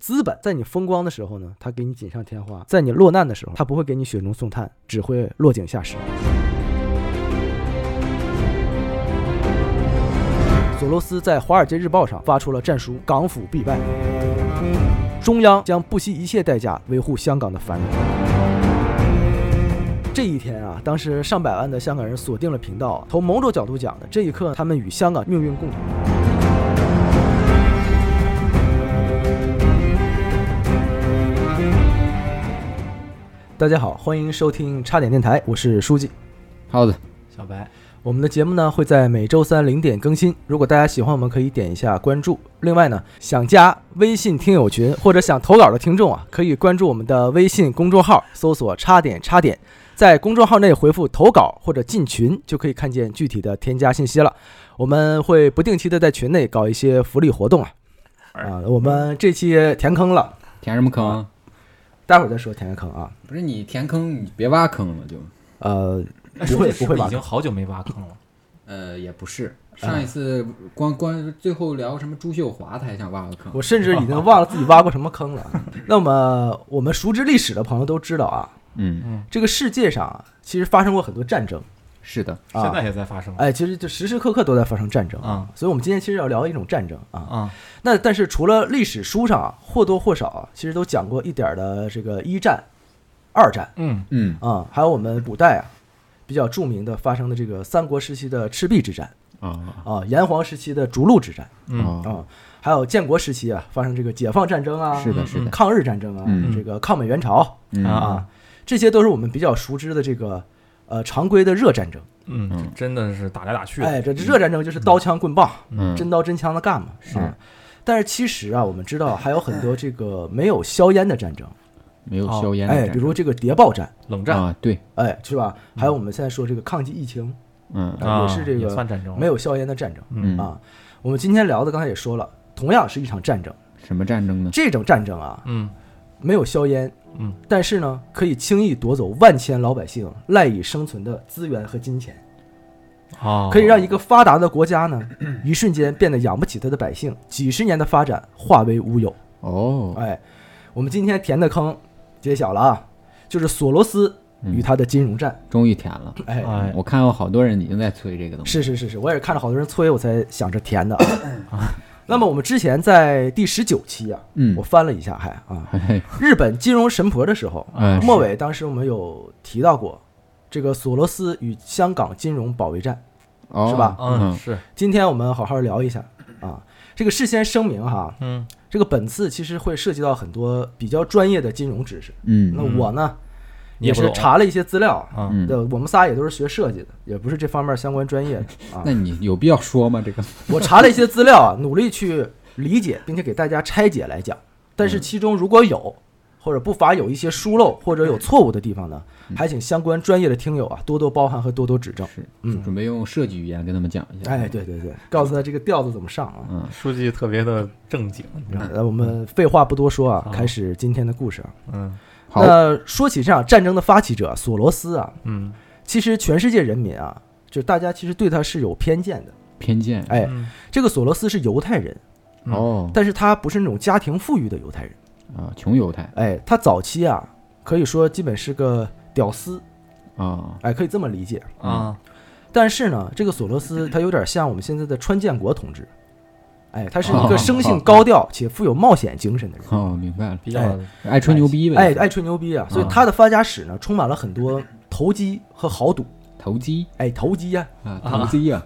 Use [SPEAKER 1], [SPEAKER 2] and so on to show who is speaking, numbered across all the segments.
[SPEAKER 1] 资本在你风光的时候呢，它给你锦上添花；在你落难的时候，它不会给你雪中送炭，只会落井下石。索罗斯在《华尔街日报》上发出了战书：“港府必败，中央将不惜一切代价维护香港的繁荣。”这一天啊，当时上百万的香港人锁定了频道。从某种角度讲呢，这一刻他们与香港命运共同。大家好，欢迎收听差点电台，我是书记。
[SPEAKER 2] 好的，
[SPEAKER 3] 小白，
[SPEAKER 1] 我们的节目呢会在每周三零点更新。如果大家喜欢，我们可以点一下关注。另外呢，想加微信听友群或者想投稿的听众啊，可以关注我们的微信公众号，搜索“差点差点”，在公众号内回复“投稿”或者“进群”，就可以看见具体的添加信息了。我们会不定期的在群内搞一些福利活动啊。啊，我们这期填坑了，
[SPEAKER 2] 填什么坑？啊
[SPEAKER 1] 待会儿再说填个坑啊。
[SPEAKER 2] 不是你填坑，你别挖坑了就。
[SPEAKER 1] 呃，不
[SPEAKER 3] 那说
[SPEAKER 1] 会
[SPEAKER 3] 的
[SPEAKER 1] 不
[SPEAKER 3] 是
[SPEAKER 1] 会
[SPEAKER 3] 不是
[SPEAKER 1] 吧
[SPEAKER 3] 已经好久没挖坑了？
[SPEAKER 2] 呃，也不是，上一次光光最后聊什么朱秀华，他还想挖个坑。
[SPEAKER 1] 我甚至已经忘了自己挖过什么坑 了。那么，我们熟知历史的朋友都知道啊，
[SPEAKER 2] 嗯，
[SPEAKER 1] 这个世界上啊其实发生过很多战争
[SPEAKER 2] 是的，
[SPEAKER 1] 啊，
[SPEAKER 3] 现在也在发生
[SPEAKER 1] 哎，其实就时时刻刻都在发生战争
[SPEAKER 3] 啊
[SPEAKER 1] 所以我们今天其实要聊一种战争啊。
[SPEAKER 3] 啊
[SPEAKER 1] 那但是除了历史书上啊，或多或少啊，其实都讲过一点儿的这个一战、二战
[SPEAKER 3] 嗯
[SPEAKER 2] 嗯
[SPEAKER 1] 啊，还有我们古代啊比较著名的发生的这个三国时期的赤壁之战
[SPEAKER 2] 啊
[SPEAKER 1] 啊，炎黄时期的逐鹿之战
[SPEAKER 3] 嗯
[SPEAKER 1] 啊，还有建国时期啊发生这个解放战争啊，
[SPEAKER 2] 是的，
[SPEAKER 3] 嗯
[SPEAKER 2] 是的，
[SPEAKER 1] 抗日战争啊，
[SPEAKER 2] 嗯
[SPEAKER 1] 这个抗美援朝
[SPEAKER 2] 嗯
[SPEAKER 3] 啊
[SPEAKER 1] 啊，这些都是我们比较熟知的这个呃常规的热战争。
[SPEAKER 3] 嗯，
[SPEAKER 2] 嗯
[SPEAKER 3] 这真的是打来打去的，嗯
[SPEAKER 1] 哎，这这热战争就是刀枪棍棒、
[SPEAKER 2] 嗯，
[SPEAKER 1] 真刀真枪的干嘛。
[SPEAKER 2] 是
[SPEAKER 1] 啊但是其实啊，我们知道还有很多这个没有硝烟的战争，
[SPEAKER 2] 没有硝烟的
[SPEAKER 1] 哎，
[SPEAKER 2] 感觉。
[SPEAKER 1] 比如这个谍报战，
[SPEAKER 3] 冷战
[SPEAKER 2] 啊，对，
[SPEAKER 1] 哎，是吧？还有我们现在说这个抗击疫情，
[SPEAKER 2] 嗯
[SPEAKER 1] 啊也是这个
[SPEAKER 3] 也算战争了，
[SPEAKER 1] 没有硝烟的战争
[SPEAKER 2] 嗯，
[SPEAKER 1] 啊。我们今天聊的刚才也说了，同样是一场战争，
[SPEAKER 2] 什么战争呢？
[SPEAKER 1] 这种战争啊，
[SPEAKER 3] 嗯
[SPEAKER 1] 没有硝烟，
[SPEAKER 3] 嗯，
[SPEAKER 1] 但是呢，可以轻易夺走万千老百姓赖以生存的资源和金钱，
[SPEAKER 3] 啊，
[SPEAKER 2] 哦
[SPEAKER 1] 可以让一个发达的国家呢， 一瞬间变得养不起它的百姓，几十年的发展化为乌有。
[SPEAKER 2] 哦，
[SPEAKER 1] 哎，我们今天填的坑揭晓了啊，就是索罗斯与他的金融战。
[SPEAKER 2] 终于填了。
[SPEAKER 1] 哎，
[SPEAKER 3] 哎
[SPEAKER 2] 我看有好多人已经在催这个东西。
[SPEAKER 1] 是是是是，我也是看着好多人催，我才想着填的啊。 那么我们之前在第十九期啊，
[SPEAKER 2] 嗯
[SPEAKER 1] 我，翻了一下还啊，
[SPEAKER 2] 嘿，
[SPEAKER 1] 日本金融神婆的时候，
[SPEAKER 3] 哎
[SPEAKER 2] 嗯
[SPEAKER 1] 末尾当时我们有提到过这个索罗斯与香港金融保卫战。
[SPEAKER 2] 哦，
[SPEAKER 1] 是吧
[SPEAKER 3] 嗯
[SPEAKER 2] 嗯，
[SPEAKER 3] 是
[SPEAKER 1] 今天我们好好聊一下啊，这个事先声明哈，
[SPEAKER 3] 嗯
[SPEAKER 1] 这个本次其实会涉及到很多比较专业的金融知识。那
[SPEAKER 2] 嗯
[SPEAKER 1] 我呢，
[SPEAKER 3] 你
[SPEAKER 1] 也
[SPEAKER 3] 也不
[SPEAKER 1] 是
[SPEAKER 3] 懂
[SPEAKER 1] 查了一些资料，
[SPEAKER 3] 啊
[SPEAKER 2] 嗯，
[SPEAKER 1] 对，我们仨也都是学设计的，也不是这方面相关专业的啊
[SPEAKER 2] 那。你有必要说吗？这个
[SPEAKER 1] 我查了一些资料啊，努力去理解，并且给大家拆解来讲。但
[SPEAKER 2] 嗯
[SPEAKER 1] 是其中如果有或者不乏有一些疏漏或者有错误的地方呢，还请相关专业的听友啊多多包涵和多多指正。
[SPEAKER 2] 嗯是
[SPEAKER 1] 嗯
[SPEAKER 2] 准备用设计语言跟他们讲一下。
[SPEAKER 1] 哎，，对对对，告诉他这个调子怎么上啊。
[SPEAKER 2] 嗯
[SPEAKER 3] 书记特别的正经，你知道吗？
[SPEAKER 1] 呃，我们废话不多说啊，
[SPEAKER 3] 好
[SPEAKER 1] 开始今天的故事啊。
[SPEAKER 3] 嗯
[SPEAKER 2] 好，
[SPEAKER 1] 那说起这场战争的发起者索罗斯啊，
[SPEAKER 3] 嗯
[SPEAKER 1] 其实全世界人民啊，就大家其实对他是有偏见的。
[SPEAKER 2] 偏见。
[SPEAKER 1] 哎，
[SPEAKER 3] 嗯
[SPEAKER 1] 这个索罗斯是犹太人，
[SPEAKER 3] 嗯
[SPEAKER 2] 哦，
[SPEAKER 1] 但是他不是那种家庭富裕的犹太人。
[SPEAKER 2] 啊，穷犹太
[SPEAKER 1] 哎，他早期啊，可以说基本是个屌丝，
[SPEAKER 2] 啊，
[SPEAKER 1] 哎，可以这么理解。嗯
[SPEAKER 3] 啊
[SPEAKER 1] 但是呢，这个索罗斯他有点像我们现在的川建国同志，哎，他是一个生性高调且富有冒险精神的人，
[SPEAKER 2] 哦，明白了，
[SPEAKER 3] 比较
[SPEAKER 2] 爱吹牛逼呗，
[SPEAKER 1] 哎，爱吹牛逼啊，所
[SPEAKER 2] 嗯
[SPEAKER 1] 以
[SPEAKER 3] 啊
[SPEAKER 1] 他的发家史呢，充满了很多投机和豪赌。
[SPEAKER 2] 投机
[SPEAKER 1] 哎，投机呀、
[SPEAKER 2] 啊，
[SPEAKER 3] 啊
[SPEAKER 2] 投机啊，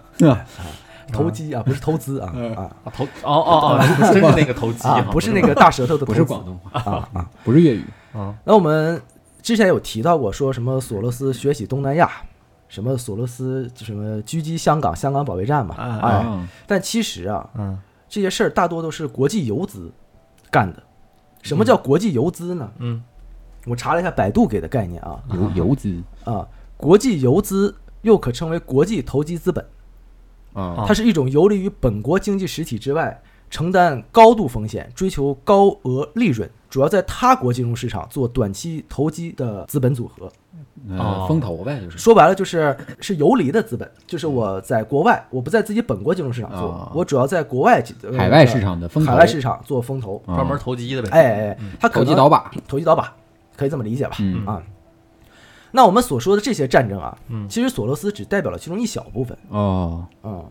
[SPEAKER 1] 投机啊，不是投资啊
[SPEAKER 2] 嗯
[SPEAKER 1] 啊
[SPEAKER 3] 啊投哦 哦哦，真是那个投机
[SPEAKER 1] 啊，不是那个大舌头的投
[SPEAKER 2] 不
[SPEAKER 1] 资
[SPEAKER 2] 是广东话，
[SPEAKER 1] 啊啊。
[SPEAKER 2] 不是粤语，
[SPEAKER 3] 啊
[SPEAKER 1] 那我们之前有提到过，说什么索罗斯学习东南亚，什么索罗斯什么狙击香港，香港保卫战嘛，
[SPEAKER 3] 啊
[SPEAKER 1] 哎，
[SPEAKER 2] 啊，
[SPEAKER 1] 但其实啊，
[SPEAKER 3] 嗯
[SPEAKER 1] 这些事儿大多都是国际游资干的。什么叫国际游资呢？
[SPEAKER 3] 嗯
[SPEAKER 1] 我查了一下百度给的概念啊
[SPEAKER 2] 游游资
[SPEAKER 1] 啊，国际游资又可称为国际投机资本，
[SPEAKER 2] 啊
[SPEAKER 3] 啊
[SPEAKER 1] 它是一种游离于本国经济实体之外，承担高度风险、追求高额利润，主要在他国金融市场做短期投机的资本组合。
[SPEAKER 2] 呃
[SPEAKER 3] 哦
[SPEAKER 2] 风投呗，就是
[SPEAKER 1] 说白了就是是游离的资本，就是我在国外，我不在自己本国金融市场做，
[SPEAKER 2] 啊
[SPEAKER 1] 我主要在国外、呃
[SPEAKER 2] 海外市场的风投，
[SPEAKER 1] 海外市场做风投。
[SPEAKER 2] 啊
[SPEAKER 3] 专门投机的呗。
[SPEAKER 1] 哎哎，哎，它可
[SPEAKER 2] 投
[SPEAKER 1] 能
[SPEAKER 2] 机倒把，
[SPEAKER 1] 投机倒把，可以这么理解吧？
[SPEAKER 2] 嗯
[SPEAKER 1] 啊，那我们所说的这些战争啊，
[SPEAKER 3] 嗯
[SPEAKER 1] 其实索罗斯只代表了其中一小部分。
[SPEAKER 2] 哦，
[SPEAKER 1] 嗯，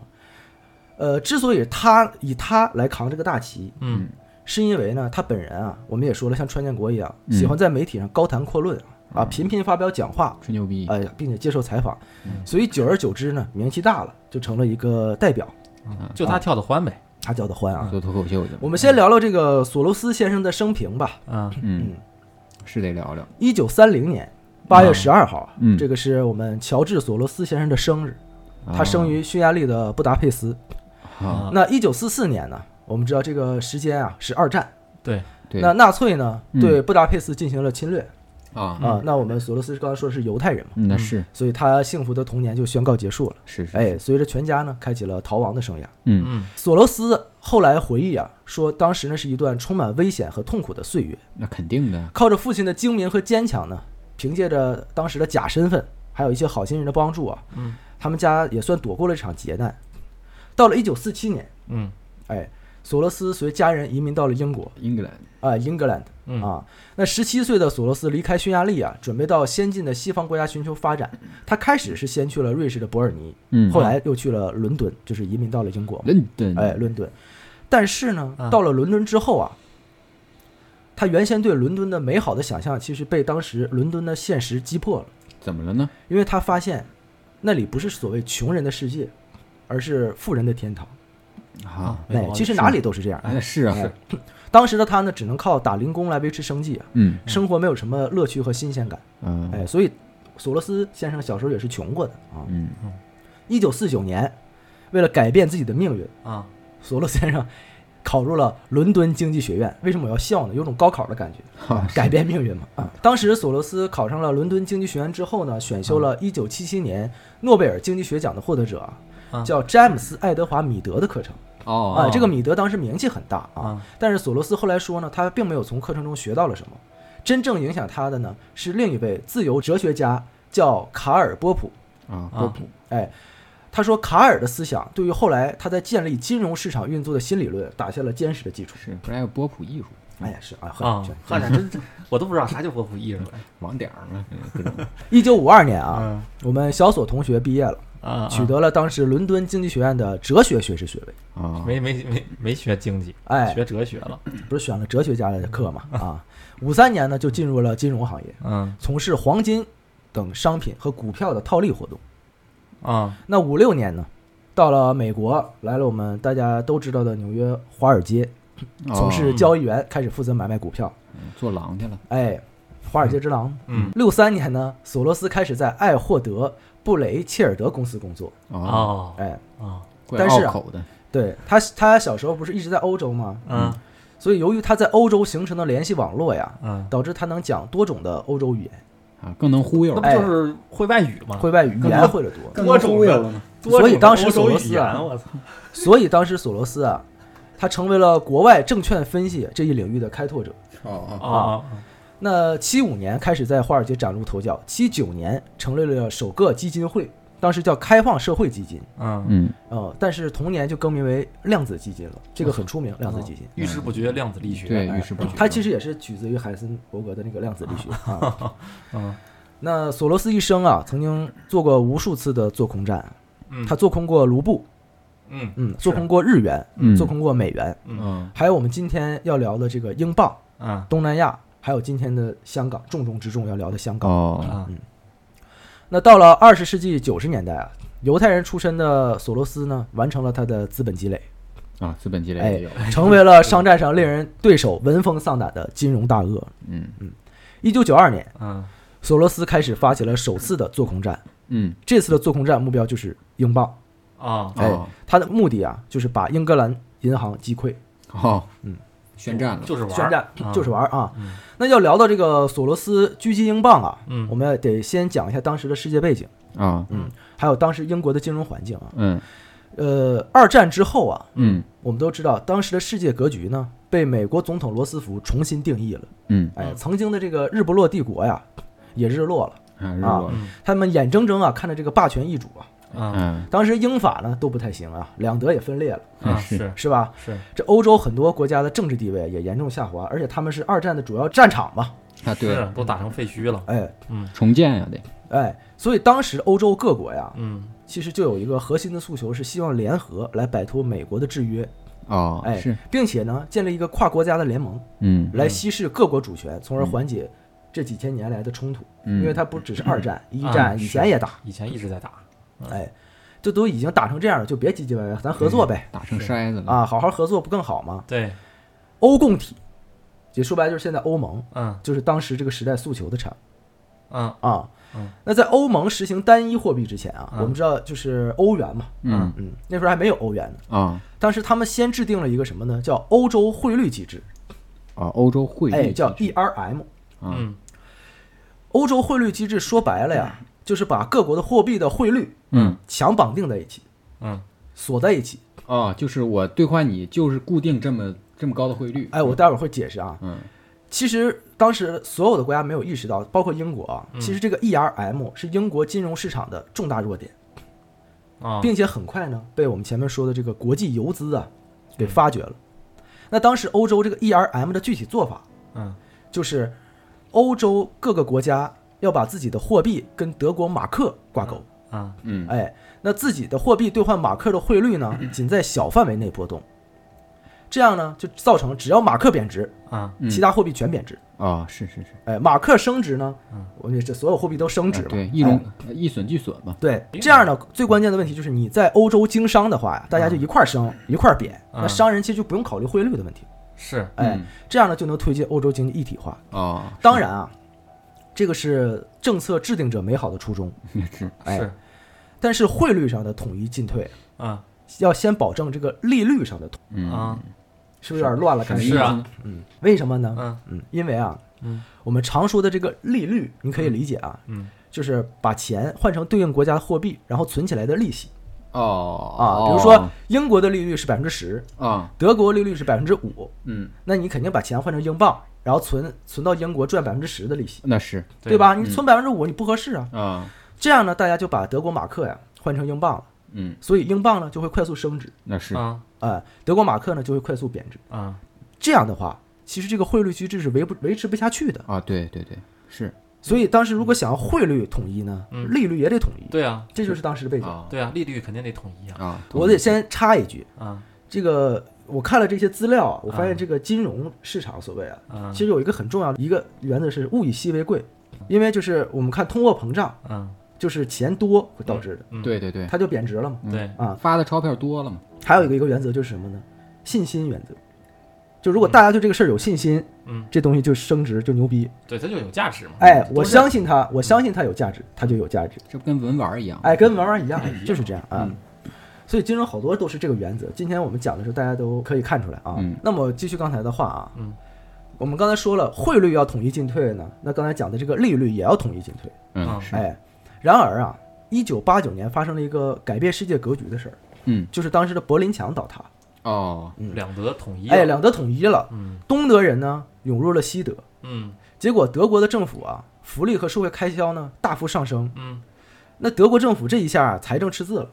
[SPEAKER 1] 呃，之所以他以他来扛这个大旗，
[SPEAKER 3] 嗯
[SPEAKER 1] 是因为呢，他本人啊，我们也说了，像川建国一样，
[SPEAKER 2] 嗯
[SPEAKER 1] 喜欢在媒体上高谈阔论啊，频频发表讲话，
[SPEAKER 2] 吹牛逼，嗯
[SPEAKER 1] 哎，并且接受采访，所以久而久之呢，名气大了，就成了一个代表，
[SPEAKER 3] 嗯，
[SPEAKER 1] 啊
[SPEAKER 3] 就他跳的欢呗。
[SPEAKER 1] 他叫的欢啊。
[SPEAKER 2] 做脱口秀去了，
[SPEAKER 1] 我们先聊聊这个索罗斯先生的生平吧。
[SPEAKER 3] 嗯
[SPEAKER 2] 嗯，是得聊聊，
[SPEAKER 1] 一九三零年八月十二号啊，
[SPEAKER 2] 嗯
[SPEAKER 1] 这个是我们乔治·索罗斯先生的生日，
[SPEAKER 2] 啊
[SPEAKER 1] 嗯他生于匈牙利的布达佩斯。
[SPEAKER 2] 啊，
[SPEAKER 1] 那一九四四年呢，我们知道这个时间啊是二战，
[SPEAKER 3] 对，
[SPEAKER 2] 对
[SPEAKER 1] 那纳粹呢
[SPEAKER 2] 嗯
[SPEAKER 1] 对布达佩斯进行了侵略
[SPEAKER 2] 啊，
[SPEAKER 1] 啊。那我们索罗斯刚才说的是犹太人嘛，
[SPEAKER 2] 嗯那是
[SPEAKER 1] 所以他幸福的童年就宣告结束了。
[SPEAKER 2] 是是，
[SPEAKER 1] 哎，随着全家呢开启了逃亡的生涯。
[SPEAKER 2] 嗯
[SPEAKER 3] 嗯
[SPEAKER 1] 索罗斯后来回忆啊，说当时那是一段充满危险和痛苦的岁月，
[SPEAKER 2] 那肯定的，
[SPEAKER 1] 靠着父亲的精明和坚强呢，凭借着当时的假身份，还有一些好心人的帮助啊，
[SPEAKER 3] 嗯，
[SPEAKER 1] 他们家也算躲过了这场劫难。到了一九四七年，
[SPEAKER 3] 嗯
[SPEAKER 1] 哎，索罗斯随家人移民到了英国
[SPEAKER 2] 英格兰，
[SPEAKER 1] 啊、英格兰
[SPEAKER 3] 嗯
[SPEAKER 1] 啊。那十七岁的索罗斯离开匈牙利啊，准备到先进的西方国家寻求发展。他开始是先去了瑞士的伯尔尼，
[SPEAKER 2] 嗯，
[SPEAKER 1] 后来又去了伦敦，就是移民到了英国。
[SPEAKER 2] 伦敦，
[SPEAKER 1] 哎，伦敦。但是呢
[SPEAKER 3] 啊，
[SPEAKER 1] 到了伦敦之后啊，他原先对伦敦的美好的想象，其实被当时伦敦的现实击破了，
[SPEAKER 2] 怎么了呢？
[SPEAKER 1] 因为他发现那里不是所谓穷人的世界，而是富人的天堂。
[SPEAKER 2] 啊，
[SPEAKER 3] 没
[SPEAKER 1] 哎
[SPEAKER 3] 毛，病
[SPEAKER 1] 其实哪里都是这样。
[SPEAKER 2] 哎是啊，
[SPEAKER 1] 哎当时的他呢，只能靠打零工来维持生计啊，
[SPEAKER 2] 嗯
[SPEAKER 1] 生活没有什么乐趣和新鲜感。
[SPEAKER 2] 嗯
[SPEAKER 1] 哎，所以索罗斯先生小时候也是穷过的啊。
[SPEAKER 2] 嗯
[SPEAKER 1] 一九四九年，为了改变自己的命运，
[SPEAKER 3] 啊
[SPEAKER 1] 索罗斯先生考入了伦敦经济学院。为什么我要笑呢？有种高考的感觉，
[SPEAKER 2] 哈
[SPEAKER 1] 改变命运嘛。啊，当时索罗斯考上了伦敦经济学院之后呢，选修了1977年诺贝尔经济学奖的获得者啊
[SPEAKER 3] 啊
[SPEAKER 1] 叫詹姆斯·爱德华·米德的课程
[SPEAKER 2] 哦
[SPEAKER 1] 啊。这个米德当时名气很大啊，
[SPEAKER 3] 啊
[SPEAKER 1] 但是索罗斯后来说呢，他并没有从课程中学到了什么。真正影响他的呢，是另一位自由哲学家叫卡尔·波普。
[SPEAKER 2] 啊
[SPEAKER 3] 啊
[SPEAKER 2] 波普
[SPEAKER 1] 哎，他说卡尔的思想对于后来他在建立金融市场运作的新理论打下了坚实的基础。
[SPEAKER 2] 是，不然还有波普艺术，
[SPEAKER 1] 哎呀，是啊，
[SPEAKER 3] 啊
[SPEAKER 1] 很！
[SPEAKER 3] 汉展真真，我都不知道啥叫波普 艺术
[SPEAKER 2] 网点儿嘛，嗯各种
[SPEAKER 1] 一九五二年啊，
[SPEAKER 3] 啊
[SPEAKER 1] 我们小索同学毕业了，
[SPEAKER 3] 啊！
[SPEAKER 1] 取得了当时伦敦经济学院的哲学学士学位。
[SPEAKER 2] 啊，
[SPEAKER 3] 没没没没学经济，
[SPEAKER 1] 哎，
[SPEAKER 3] 学哲学了。
[SPEAKER 1] 不是选了哲学家的课嘛？啊，五三年呢就进入了金融行业，
[SPEAKER 3] 嗯
[SPEAKER 1] 从事黄金等商品和股票的套利活动。
[SPEAKER 3] 啊
[SPEAKER 1] 那五六年呢，到了美国，来了我们大家都知道的纽约华尔街，
[SPEAKER 2] 哦
[SPEAKER 1] 从事交易员，开始负责买卖股票。
[SPEAKER 2] 嗯做狼去了，
[SPEAKER 1] 哎，华尔街之狼。
[SPEAKER 3] 嗯
[SPEAKER 1] 六三年呢，索罗斯开始在艾霍德布雷切尔德公司工作。
[SPEAKER 2] 哦，
[SPEAKER 3] 哦
[SPEAKER 1] 哎，
[SPEAKER 3] 哦
[SPEAKER 2] 怪
[SPEAKER 1] 但是
[SPEAKER 2] 拗
[SPEAKER 1] 啊
[SPEAKER 2] 口的，
[SPEAKER 1] 对他，他小时候不是一直在欧洲吗？
[SPEAKER 3] 嗯
[SPEAKER 1] 所以由于他在欧洲形成的联系网络呀，
[SPEAKER 3] 嗯，
[SPEAKER 1] 导致他能讲多种的欧洲语言，
[SPEAKER 2] 啊，更能忽悠
[SPEAKER 3] 那
[SPEAKER 2] 了，
[SPEAKER 3] 不就是会外语吗？
[SPEAKER 1] 哎会外语语言会的多。
[SPEAKER 3] 啊更多种的
[SPEAKER 2] 嘛，
[SPEAKER 3] 多
[SPEAKER 1] 所以
[SPEAKER 3] 种
[SPEAKER 1] 当
[SPEAKER 3] 的
[SPEAKER 1] 时
[SPEAKER 3] 欧
[SPEAKER 1] 索
[SPEAKER 3] 洲
[SPEAKER 1] 罗
[SPEAKER 3] 语
[SPEAKER 1] 斯
[SPEAKER 3] 言
[SPEAKER 1] 啊
[SPEAKER 3] 我操！
[SPEAKER 1] 所以当时索罗斯啊，他成为了国外证券分析这一领域的开拓者。啊
[SPEAKER 2] 哦
[SPEAKER 3] 哦
[SPEAKER 1] 那七五年开始在华尔街崭露头角，七九年成立了首个基金会，当时叫开放社会基金。
[SPEAKER 3] 哦嗯，
[SPEAKER 2] 嗯，
[SPEAKER 1] 呃，但是同年就更名为量子基金了，这个很出名。量子基金，
[SPEAKER 3] 遇事嗯不决，量子力学。
[SPEAKER 2] 对，
[SPEAKER 1] 哎
[SPEAKER 2] 遇哦事不决，
[SPEAKER 1] 它其实也是取自于海森伯格的那个量子 力学。啊、
[SPEAKER 3] 嗯
[SPEAKER 1] 那索罗斯一生啊，曾经做过无数次的做空战，
[SPEAKER 3] 嗯
[SPEAKER 1] 他做空过卢布，
[SPEAKER 3] 嗯
[SPEAKER 1] 嗯，做空过日元，
[SPEAKER 2] 嗯
[SPEAKER 1] 做空过美元，
[SPEAKER 2] 嗯
[SPEAKER 1] 还有我们今天要聊的这个英镑、
[SPEAKER 3] 啊
[SPEAKER 1] 东南亚，还有今天的香港，重中之重要聊的香港。
[SPEAKER 2] 哦，
[SPEAKER 1] 嗯
[SPEAKER 3] 啊
[SPEAKER 1] 那到了二十世纪九十年代啊，犹太人出身的索罗斯呢，完成了他的资本积累。
[SPEAKER 2] 啊，资本积累
[SPEAKER 1] 哎
[SPEAKER 2] 也有，
[SPEAKER 1] 成为了商战上令人对手闻风丧胆的金融大鳄。
[SPEAKER 2] 嗯
[SPEAKER 1] 一九九二年，
[SPEAKER 3] 啊
[SPEAKER 1] 索罗斯开始发起了首次的做空战。
[SPEAKER 2] 嗯，
[SPEAKER 1] 这次的做空战目标就是英镑，
[SPEAKER 3] 啊
[SPEAKER 1] 哎
[SPEAKER 2] 哦，
[SPEAKER 1] 他的目的啊，就是把英格兰银行击溃，
[SPEAKER 2] 哦，
[SPEAKER 1] 嗯，
[SPEAKER 2] 宣战了，
[SPEAKER 3] 就是玩
[SPEAKER 1] 宣
[SPEAKER 3] 儿
[SPEAKER 1] 战
[SPEAKER 3] 啊
[SPEAKER 1] 就是玩儿啊
[SPEAKER 3] 嗯。
[SPEAKER 1] 那要聊到这个索罗斯狙击英镑啊，
[SPEAKER 3] 嗯
[SPEAKER 1] 我们得先讲一下当时的世界背景，
[SPEAKER 2] 啊，
[SPEAKER 1] 还有当时英国的金融环境啊。
[SPEAKER 2] 嗯
[SPEAKER 1] 呃，二战之后啊，
[SPEAKER 2] 嗯
[SPEAKER 1] 我们都知道当时的世界格局呢，被美国总统罗斯福重新定义了。
[SPEAKER 2] 嗯，
[SPEAKER 1] 哎，
[SPEAKER 3] 嗯
[SPEAKER 1] 曾经的这个日不落帝国呀，也日落了。
[SPEAKER 2] 啊，日落，
[SPEAKER 1] 他们眼睁睁啊看着这个霸权易主啊。
[SPEAKER 3] 嗯
[SPEAKER 2] 嗯
[SPEAKER 1] 当时英法呢都不太行啊，两德也分裂了，
[SPEAKER 3] 嗯
[SPEAKER 2] 是
[SPEAKER 3] 是
[SPEAKER 1] 是吧？
[SPEAKER 3] 是，
[SPEAKER 1] 这欧洲很多国家的政治地位也严重下滑，而且他们是二战的主要战场嘛，
[SPEAKER 2] 啊，对，
[SPEAKER 3] 是都打成废墟了。
[SPEAKER 1] 哎
[SPEAKER 2] 重建呀得，
[SPEAKER 1] 哎，所以当时欧洲各国呀，
[SPEAKER 3] 嗯
[SPEAKER 1] 其实就有一个核心的诉求是希望联合来摆脱美国的制约，
[SPEAKER 2] 哦
[SPEAKER 1] 哎，
[SPEAKER 2] 是，
[SPEAKER 1] 并且呢建立一个跨国家的联盟
[SPEAKER 2] 嗯
[SPEAKER 1] 来稀释各国主权，从而缓解这几千年来的冲突，
[SPEAKER 2] 嗯，
[SPEAKER 1] 因为它不只是二战、一
[SPEAKER 3] 啊
[SPEAKER 1] 战以前也打，
[SPEAKER 3] 以前一直在打。
[SPEAKER 1] 哎，这都已经打成这样了，就别唧唧歪歪，咱合
[SPEAKER 2] 嗯
[SPEAKER 1] 作呗，
[SPEAKER 2] 打成筛子了，
[SPEAKER 1] 啊，好好合作不更好吗？
[SPEAKER 3] 对，
[SPEAKER 1] 欧共体，也说白了就是现在欧盟，
[SPEAKER 3] 嗯
[SPEAKER 1] 就是当时这个时代诉求的产
[SPEAKER 3] 嗯
[SPEAKER 1] 物啊
[SPEAKER 3] 嗯。
[SPEAKER 1] 那在欧盟实行单一货币之前啊，
[SPEAKER 3] 嗯
[SPEAKER 1] 我们知道就是欧元嘛，
[SPEAKER 2] 嗯
[SPEAKER 1] 嗯，那时候还没有欧元呢。
[SPEAKER 2] 啊
[SPEAKER 1] 当时他们先制定了一个什么呢？叫欧洲汇率机制，
[SPEAKER 2] 啊，欧洲会
[SPEAKER 1] 哎，
[SPEAKER 2] 议
[SPEAKER 1] 叫
[SPEAKER 2] 机制
[SPEAKER 1] ERM。
[SPEAKER 2] 啊，
[SPEAKER 3] 嗯
[SPEAKER 1] 欧洲汇率机制说白了呀，就是把各国的货币的汇率
[SPEAKER 2] 嗯，
[SPEAKER 1] 强绑定在一起，
[SPEAKER 3] 嗯
[SPEAKER 1] 锁在一起。
[SPEAKER 2] 哦，就是我兑换你就是固定这么这么高的汇率，
[SPEAKER 1] 哎，我待会儿会解释啊。
[SPEAKER 2] 嗯
[SPEAKER 1] 其实当时所有的国家没有意识到，包括英国啊，
[SPEAKER 2] 嗯
[SPEAKER 1] 其实这个 ERM 是英国金融市场的重大弱点。
[SPEAKER 3] 啊，
[SPEAKER 1] 并且很快呢被我们前面说的这个国际游资啊
[SPEAKER 2] 嗯
[SPEAKER 1] 给发掘了。那当时欧洲这个 ERM 的具体做法
[SPEAKER 3] 嗯
[SPEAKER 1] 就是，欧洲各个国家要把自己的货币跟德国马克挂钩，
[SPEAKER 3] 啊
[SPEAKER 2] 嗯
[SPEAKER 1] 哎，那自己的货币兑换马克的汇率呢，仅在小范围内波动。这样呢，就造成只要马克贬值，
[SPEAKER 3] 啊
[SPEAKER 2] 嗯
[SPEAKER 1] 其他货币全贬值。
[SPEAKER 2] 啊，是是是，
[SPEAKER 1] 哎，马克升值呢
[SPEAKER 3] 嗯，
[SPEAKER 1] 我们这所有货币都升值
[SPEAKER 2] 啊
[SPEAKER 1] 嘛。
[SPEAKER 2] 对，一
[SPEAKER 1] 哎
[SPEAKER 2] 荣一损俱损嘛，
[SPEAKER 1] 对，这样呢，最关键的问题就是你在欧洲经商的话呀，大家就一块儿升、一块儿贬，
[SPEAKER 3] 嗯
[SPEAKER 1] 那商人其实就不用考虑汇率的问题，
[SPEAKER 3] 是
[SPEAKER 1] 哎，这样呢就能推进欧洲经济一体化。
[SPEAKER 2] 哦，
[SPEAKER 1] 当然啊，这个是政策制定者美好的初衷，
[SPEAKER 2] 也是，
[SPEAKER 1] 哎
[SPEAKER 3] 是
[SPEAKER 1] 但是汇率上的统一进退，
[SPEAKER 3] 啊
[SPEAKER 1] 要先保证这个利率上的统，
[SPEAKER 2] 嗯，
[SPEAKER 3] 啊
[SPEAKER 1] 是不是有点乱了？
[SPEAKER 2] 什
[SPEAKER 1] 感
[SPEAKER 2] 么
[SPEAKER 1] 觉
[SPEAKER 2] 意思
[SPEAKER 3] 是啊
[SPEAKER 2] 呢？
[SPEAKER 1] 嗯，为什么呢？
[SPEAKER 3] 嗯
[SPEAKER 1] 嗯，因为啊，
[SPEAKER 3] 嗯
[SPEAKER 1] 我们常说的这个利率，你可以理解啊，
[SPEAKER 3] 嗯
[SPEAKER 1] 就是把钱换成对应国家的货币，然后存起来的利息
[SPEAKER 2] 哦
[SPEAKER 1] 啊。比如说英国的利率是百分之十，
[SPEAKER 2] 啊，
[SPEAKER 1] 德国利率是百分之五，
[SPEAKER 2] 嗯，
[SPEAKER 1] 那你肯定把钱换成英镑，然后存存到英国赚百分之十的利息，
[SPEAKER 2] 那是
[SPEAKER 1] 对吧？你存百分之五你不合适啊。
[SPEAKER 2] 啊，
[SPEAKER 1] 这样呢，大家就把德国马克呀换成英镑了，
[SPEAKER 2] 嗯，
[SPEAKER 1] 所以英镑呢就会快速升值，
[SPEAKER 2] 那是
[SPEAKER 3] 啊
[SPEAKER 1] 啊、德国马克呢就会快速贬值。
[SPEAKER 3] 啊
[SPEAKER 1] 这样的话，其实这个汇率机制是维不维持不下去的。
[SPEAKER 2] 啊，对对对，是
[SPEAKER 1] 所以当时如果想要汇率统一呢，
[SPEAKER 3] 嗯
[SPEAKER 1] 利率也得统一，
[SPEAKER 3] 对啊
[SPEAKER 1] 这就是当时的背景。
[SPEAKER 2] 啊
[SPEAKER 3] 对啊，利率肯定得统一啊
[SPEAKER 2] 啊，
[SPEAKER 1] 我得先插一句，
[SPEAKER 3] 啊
[SPEAKER 1] 这个我看了这些资料啊，我发
[SPEAKER 3] 啊
[SPEAKER 1] 现这个金融市场所谓啊，
[SPEAKER 3] 啊
[SPEAKER 1] 其实有一个很重要的一个原则是物以稀为贵，因为就是我们看通货膨胀，
[SPEAKER 3] 啊
[SPEAKER 1] 就是钱多会导致的，
[SPEAKER 3] 嗯
[SPEAKER 2] 对对对
[SPEAKER 1] 它就贬值了嘛。
[SPEAKER 3] 对
[SPEAKER 1] 啊，
[SPEAKER 2] 发的钞票多了嘛，
[SPEAKER 1] 还有一个一个原则就是什么呢？信心原则，就如果大家对这个事儿有信心，
[SPEAKER 3] 嗯
[SPEAKER 1] 这东西就升值就牛逼。
[SPEAKER 3] 对，它就有价值嘛。
[SPEAKER 1] 哎，
[SPEAKER 3] 都
[SPEAKER 1] 我
[SPEAKER 3] 是
[SPEAKER 1] 相信它，我相信它有价值，它就有价值。
[SPEAKER 2] 这不跟文玩儿一样，
[SPEAKER 1] 哎，跟玩玩一样，就是这样啊。所以金融好多都是这个原则。今天我们讲的时候，大家都可以看出来啊。
[SPEAKER 2] 嗯
[SPEAKER 1] 那么继续刚才的话啊，
[SPEAKER 3] 嗯
[SPEAKER 1] 我们刚才说了汇率要统一进退呢，那刚才讲的这个利率也要统一进退。
[SPEAKER 2] 嗯是，
[SPEAKER 1] 哎，然而啊，一九八九年发生了一个改变世界格局的事儿，
[SPEAKER 2] 嗯
[SPEAKER 1] 就是当时的柏林墙倒塌，
[SPEAKER 2] 哦，
[SPEAKER 3] 两德统一
[SPEAKER 1] 嗯
[SPEAKER 3] 了。
[SPEAKER 1] 哎，两德统一了，
[SPEAKER 3] 嗯
[SPEAKER 1] 东德人呢涌入了西德，
[SPEAKER 3] 嗯
[SPEAKER 1] 结果德国的政府啊，福利和社会开销呢大幅上升，
[SPEAKER 3] 嗯
[SPEAKER 1] 那德国政府这一下啊财政赤字了，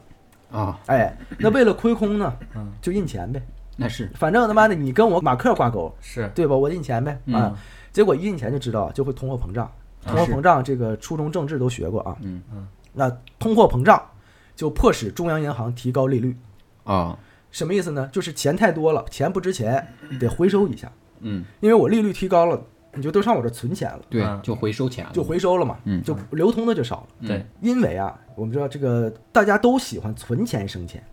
[SPEAKER 2] 啊，
[SPEAKER 1] 哎，那为了亏空呢
[SPEAKER 3] 嗯，
[SPEAKER 1] 就印钱呗，
[SPEAKER 2] 那是
[SPEAKER 1] 反正他妈的你跟我马克挂钩，
[SPEAKER 3] 是
[SPEAKER 1] 对吧？我印钱呗，
[SPEAKER 2] 嗯啊
[SPEAKER 1] 啊，结果一印钱就知道就会通货膨胀，通货膨胀这个初中政治都学过啊，
[SPEAKER 2] 嗯
[SPEAKER 3] 嗯，
[SPEAKER 1] 那通货膨胀就迫使中央银行提高利率，
[SPEAKER 2] 啊，
[SPEAKER 1] 什么意思呢？就是钱太多了，钱不值钱，得回收一下，
[SPEAKER 2] 嗯，
[SPEAKER 1] 因为我利率提高了，你就都上我这存钱了，
[SPEAKER 2] 对
[SPEAKER 3] 嗯，
[SPEAKER 2] 就回收钱了，
[SPEAKER 1] 就回收了嘛，
[SPEAKER 2] 嗯
[SPEAKER 1] 就流通的就少了。
[SPEAKER 2] 嗯
[SPEAKER 3] 对
[SPEAKER 1] 因为啊，我们知道这个大家都喜欢存钱生钱，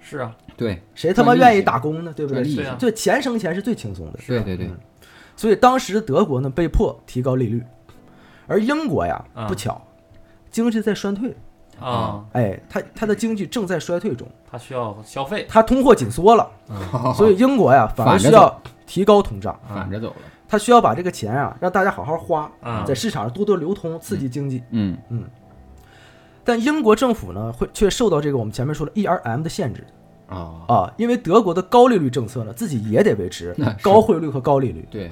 [SPEAKER 3] 是啊
[SPEAKER 2] 对，
[SPEAKER 1] 谁他妈愿意打工呢？对不对
[SPEAKER 2] 赚利
[SPEAKER 3] 息啊？
[SPEAKER 1] 这钱生钱是最轻松的。
[SPEAKER 2] 对对对
[SPEAKER 1] 嗯，所以当时德国呢被迫提高利率，而英国呀
[SPEAKER 3] 啊
[SPEAKER 1] 不巧，经济在衰退，
[SPEAKER 3] 啊，
[SPEAKER 1] 哎，它它的经济正在衰退中，
[SPEAKER 3] 它需要消费。
[SPEAKER 1] 它通货紧缩了，所以英国呀反而
[SPEAKER 2] 嗯反着
[SPEAKER 1] 需要提高通胀，
[SPEAKER 2] 反着走了，
[SPEAKER 1] 它需要把这个钱啊让大家好好花，
[SPEAKER 3] 啊
[SPEAKER 1] 在市场上多多流通，刺激经济。
[SPEAKER 2] 嗯
[SPEAKER 1] 但英国政府呢，会却受到这个我们前面说的 ERM 的限制
[SPEAKER 2] 啊，
[SPEAKER 1] 啊，因为德国的高利率政策呢，自己也得维持
[SPEAKER 2] 那是
[SPEAKER 1] 高汇率和高利率。
[SPEAKER 2] 对，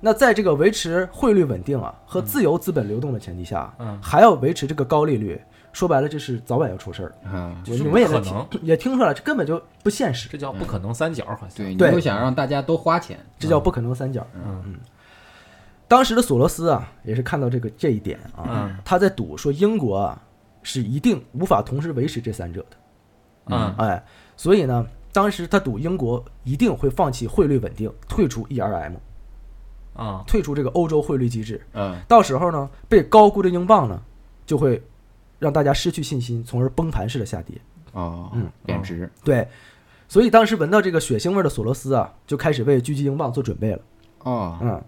[SPEAKER 1] 那在这个维持汇率稳定啊和自由资本流动的前提下啊，
[SPEAKER 3] 嗯
[SPEAKER 1] 还要维持这个高利率，说白了这是早晚要出事儿。
[SPEAKER 2] 啊，
[SPEAKER 3] 嗯就是
[SPEAKER 1] 你
[SPEAKER 3] 不
[SPEAKER 1] 们也
[SPEAKER 3] 可
[SPEAKER 1] 能听
[SPEAKER 3] 能，嗯
[SPEAKER 1] 也听出来，这根本就不现实，
[SPEAKER 3] 这叫不可能三角，好像。
[SPEAKER 2] 对，你
[SPEAKER 1] 对
[SPEAKER 2] 又想让大家都花钱，
[SPEAKER 1] 这叫不可能三角。
[SPEAKER 3] 嗯
[SPEAKER 1] 当时的索罗斯啊，也是看到这个这一点啊，
[SPEAKER 3] 嗯
[SPEAKER 1] 他在赌说英国啊是一定无法同时维持这三者的，
[SPEAKER 3] 嗯
[SPEAKER 1] 哎，所以呢，当时他赌英国一定会放弃汇率稳定，退出 ERM，
[SPEAKER 3] 啊
[SPEAKER 1] 退出这个欧洲汇率机制，
[SPEAKER 2] 嗯
[SPEAKER 1] 到时候呢，被高估的英镑呢，就会让大家失去信心，从而崩盘式的下跌。
[SPEAKER 2] 哦
[SPEAKER 1] 嗯，
[SPEAKER 2] 贬值，
[SPEAKER 1] 对，所以当时闻到这个血腥味儿的索罗斯啊，就开始为狙击英镑做准备了。
[SPEAKER 2] 哦，
[SPEAKER 1] 嗯，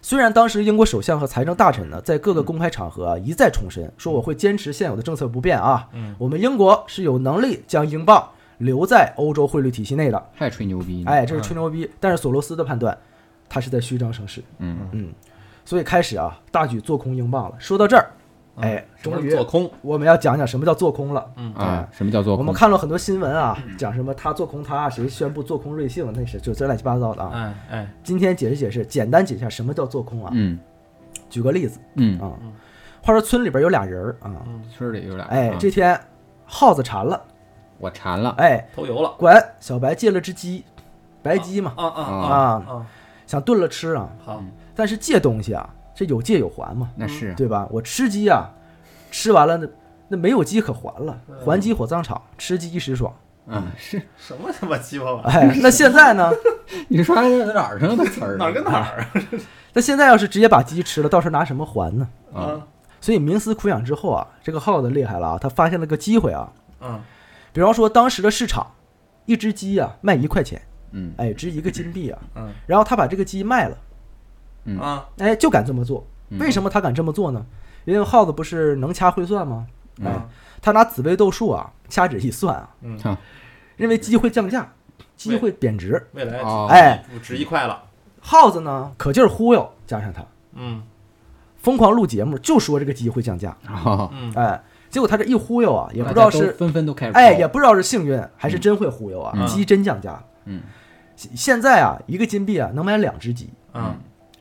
[SPEAKER 1] 虽然当时英国首相和财政大臣呢，在各个公开场合啊一再重申，说我会坚持现有的政策不变啊，
[SPEAKER 3] 嗯
[SPEAKER 1] 我们英国是有能力将英镑留在欧洲汇率体系内的。
[SPEAKER 2] 还吹牛逼呢，
[SPEAKER 1] 哎，这
[SPEAKER 3] 嗯
[SPEAKER 1] 是吹牛逼，但是索罗斯的判断，他是在虚张声势。
[SPEAKER 2] 嗯
[SPEAKER 1] 嗯，所以开始啊，大举做空英镑了。说到这儿，
[SPEAKER 3] 嗯
[SPEAKER 1] 哎，
[SPEAKER 3] 什么
[SPEAKER 1] 终
[SPEAKER 3] 是
[SPEAKER 1] 于
[SPEAKER 3] 做空？
[SPEAKER 1] 我们要讲讲什么叫做空了。
[SPEAKER 3] 嗯
[SPEAKER 2] 啊，什么叫做
[SPEAKER 1] 哎我们看了很多新闻啊，讲什么他做空他，谁宣布做空瑞幸，那是就这乱七八糟的啊。
[SPEAKER 3] 哎哎
[SPEAKER 1] 今天解释解释，简单解释一下什么叫做空啊。
[SPEAKER 2] 嗯
[SPEAKER 1] 举个例子
[SPEAKER 2] 嗯，
[SPEAKER 1] 啊，话说村里边有俩人儿啊，
[SPEAKER 3] 嗯
[SPEAKER 2] 村里有俩，
[SPEAKER 1] 哎，
[SPEAKER 2] 啊
[SPEAKER 1] 这天耗子馋了，
[SPEAKER 2] 我馋
[SPEAKER 3] 嗯
[SPEAKER 2] 了，
[SPEAKER 1] 哎，
[SPEAKER 3] 偷油了，
[SPEAKER 1] 管小白借了只鸡，白鸡嘛
[SPEAKER 3] 啊啊啊
[SPEAKER 1] 想炖了吃啊
[SPEAKER 3] 啊，，好，
[SPEAKER 1] 但是借东西啊，这有借有还嘛，
[SPEAKER 2] 那是
[SPEAKER 1] 对吧？我吃鸡啊，吃完了那那没有鸡可还了，还鸡火葬场，吃鸡一时爽。
[SPEAKER 2] 啊是，
[SPEAKER 3] 什么他妈鸡巴玩意
[SPEAKER 1] 哎，那现在呢？
[SPEAKER 2] 你说这哪儿上的词
[SPEAKER 3] 儿，
[SPEAKER 2] 儿？啊
[SPEAKER 3] 哪儿跟哪儿
[SPEAKER 1] 那现在要是直接把鸡吃了，到时候拿什么还呢？
[SPEAKER 2] 啊？
[SPEAKER 3] 啊？
[SPEAKER 1] 所以冥思苦想之后啊，这个耗子厉害了啊，他发现了个机会啊。
[SPEAKER 3] 嗯
[SPEAKER 1] 比方说当时的市场，一只鸡啊卖一块钱，
[SPEAKER 2] 嗯
[SPEAKER 1] 哎，值一个金币啊。
[SPEAKER 3] 嗯
[SPEAKER 1] 然后他把这个鸡卖了，
[SPEAKER 2] 嗯
[SPEAKER 3] 啊
[SPEAKER 1] 哎，就敢这么做。
[SPEAKER 2] 嗯
[SPEAKER 1] 为什么他敢这么做呢？因为耗子不是能掐会算吗？
[SPEAKER 2] 嗯
[SPEAKER 1] 哎，
[SPEAKER 3] 啊
[SPEAKER 1] 他拿紫微斗数啊掐指一算啊，
[SPEAKER 3] 嗯，
[SPEAKER 2] 看
[SPEAKER 1] 认为鸡会降价，鸡会贬值。
[SPEAKER 3] 未来
[SPEAKER 2] 哦
[SPEAKER 1] 哎，
[SPEAKER 3] 不值一块了。
[SPEAKER 1] 耗子呢可劲儿忽悠，加上他
[SPEAKER 3] 嗯
[SPEAKER 1] 疯狂录节目，就说这个鸡会降价。
[SPEAKER 2] 哦，
[SPEAKER 3] 嗯
[SPEAKER 1] 哎，结果他这一忽悠啊，也不知道
[SPEAKER 2] 大家都
[SPEAKER 1] 是
[SPEAKER 2] 纷纷都开始
[SPEAKER 1] 哎，
[SPEAKER 2] 报
[SPEAKER 1] 也不知道是幸运还是真会忽悠啊，
[SPEAKER 3] 嗯
[SPEAKER 1] 鸡真降价。
[SPEAKER 2] 嗯
[SPEAKER 1] 现现在啊，一个金币啊能买两只鸡，
[SPEAKER 3] 嗯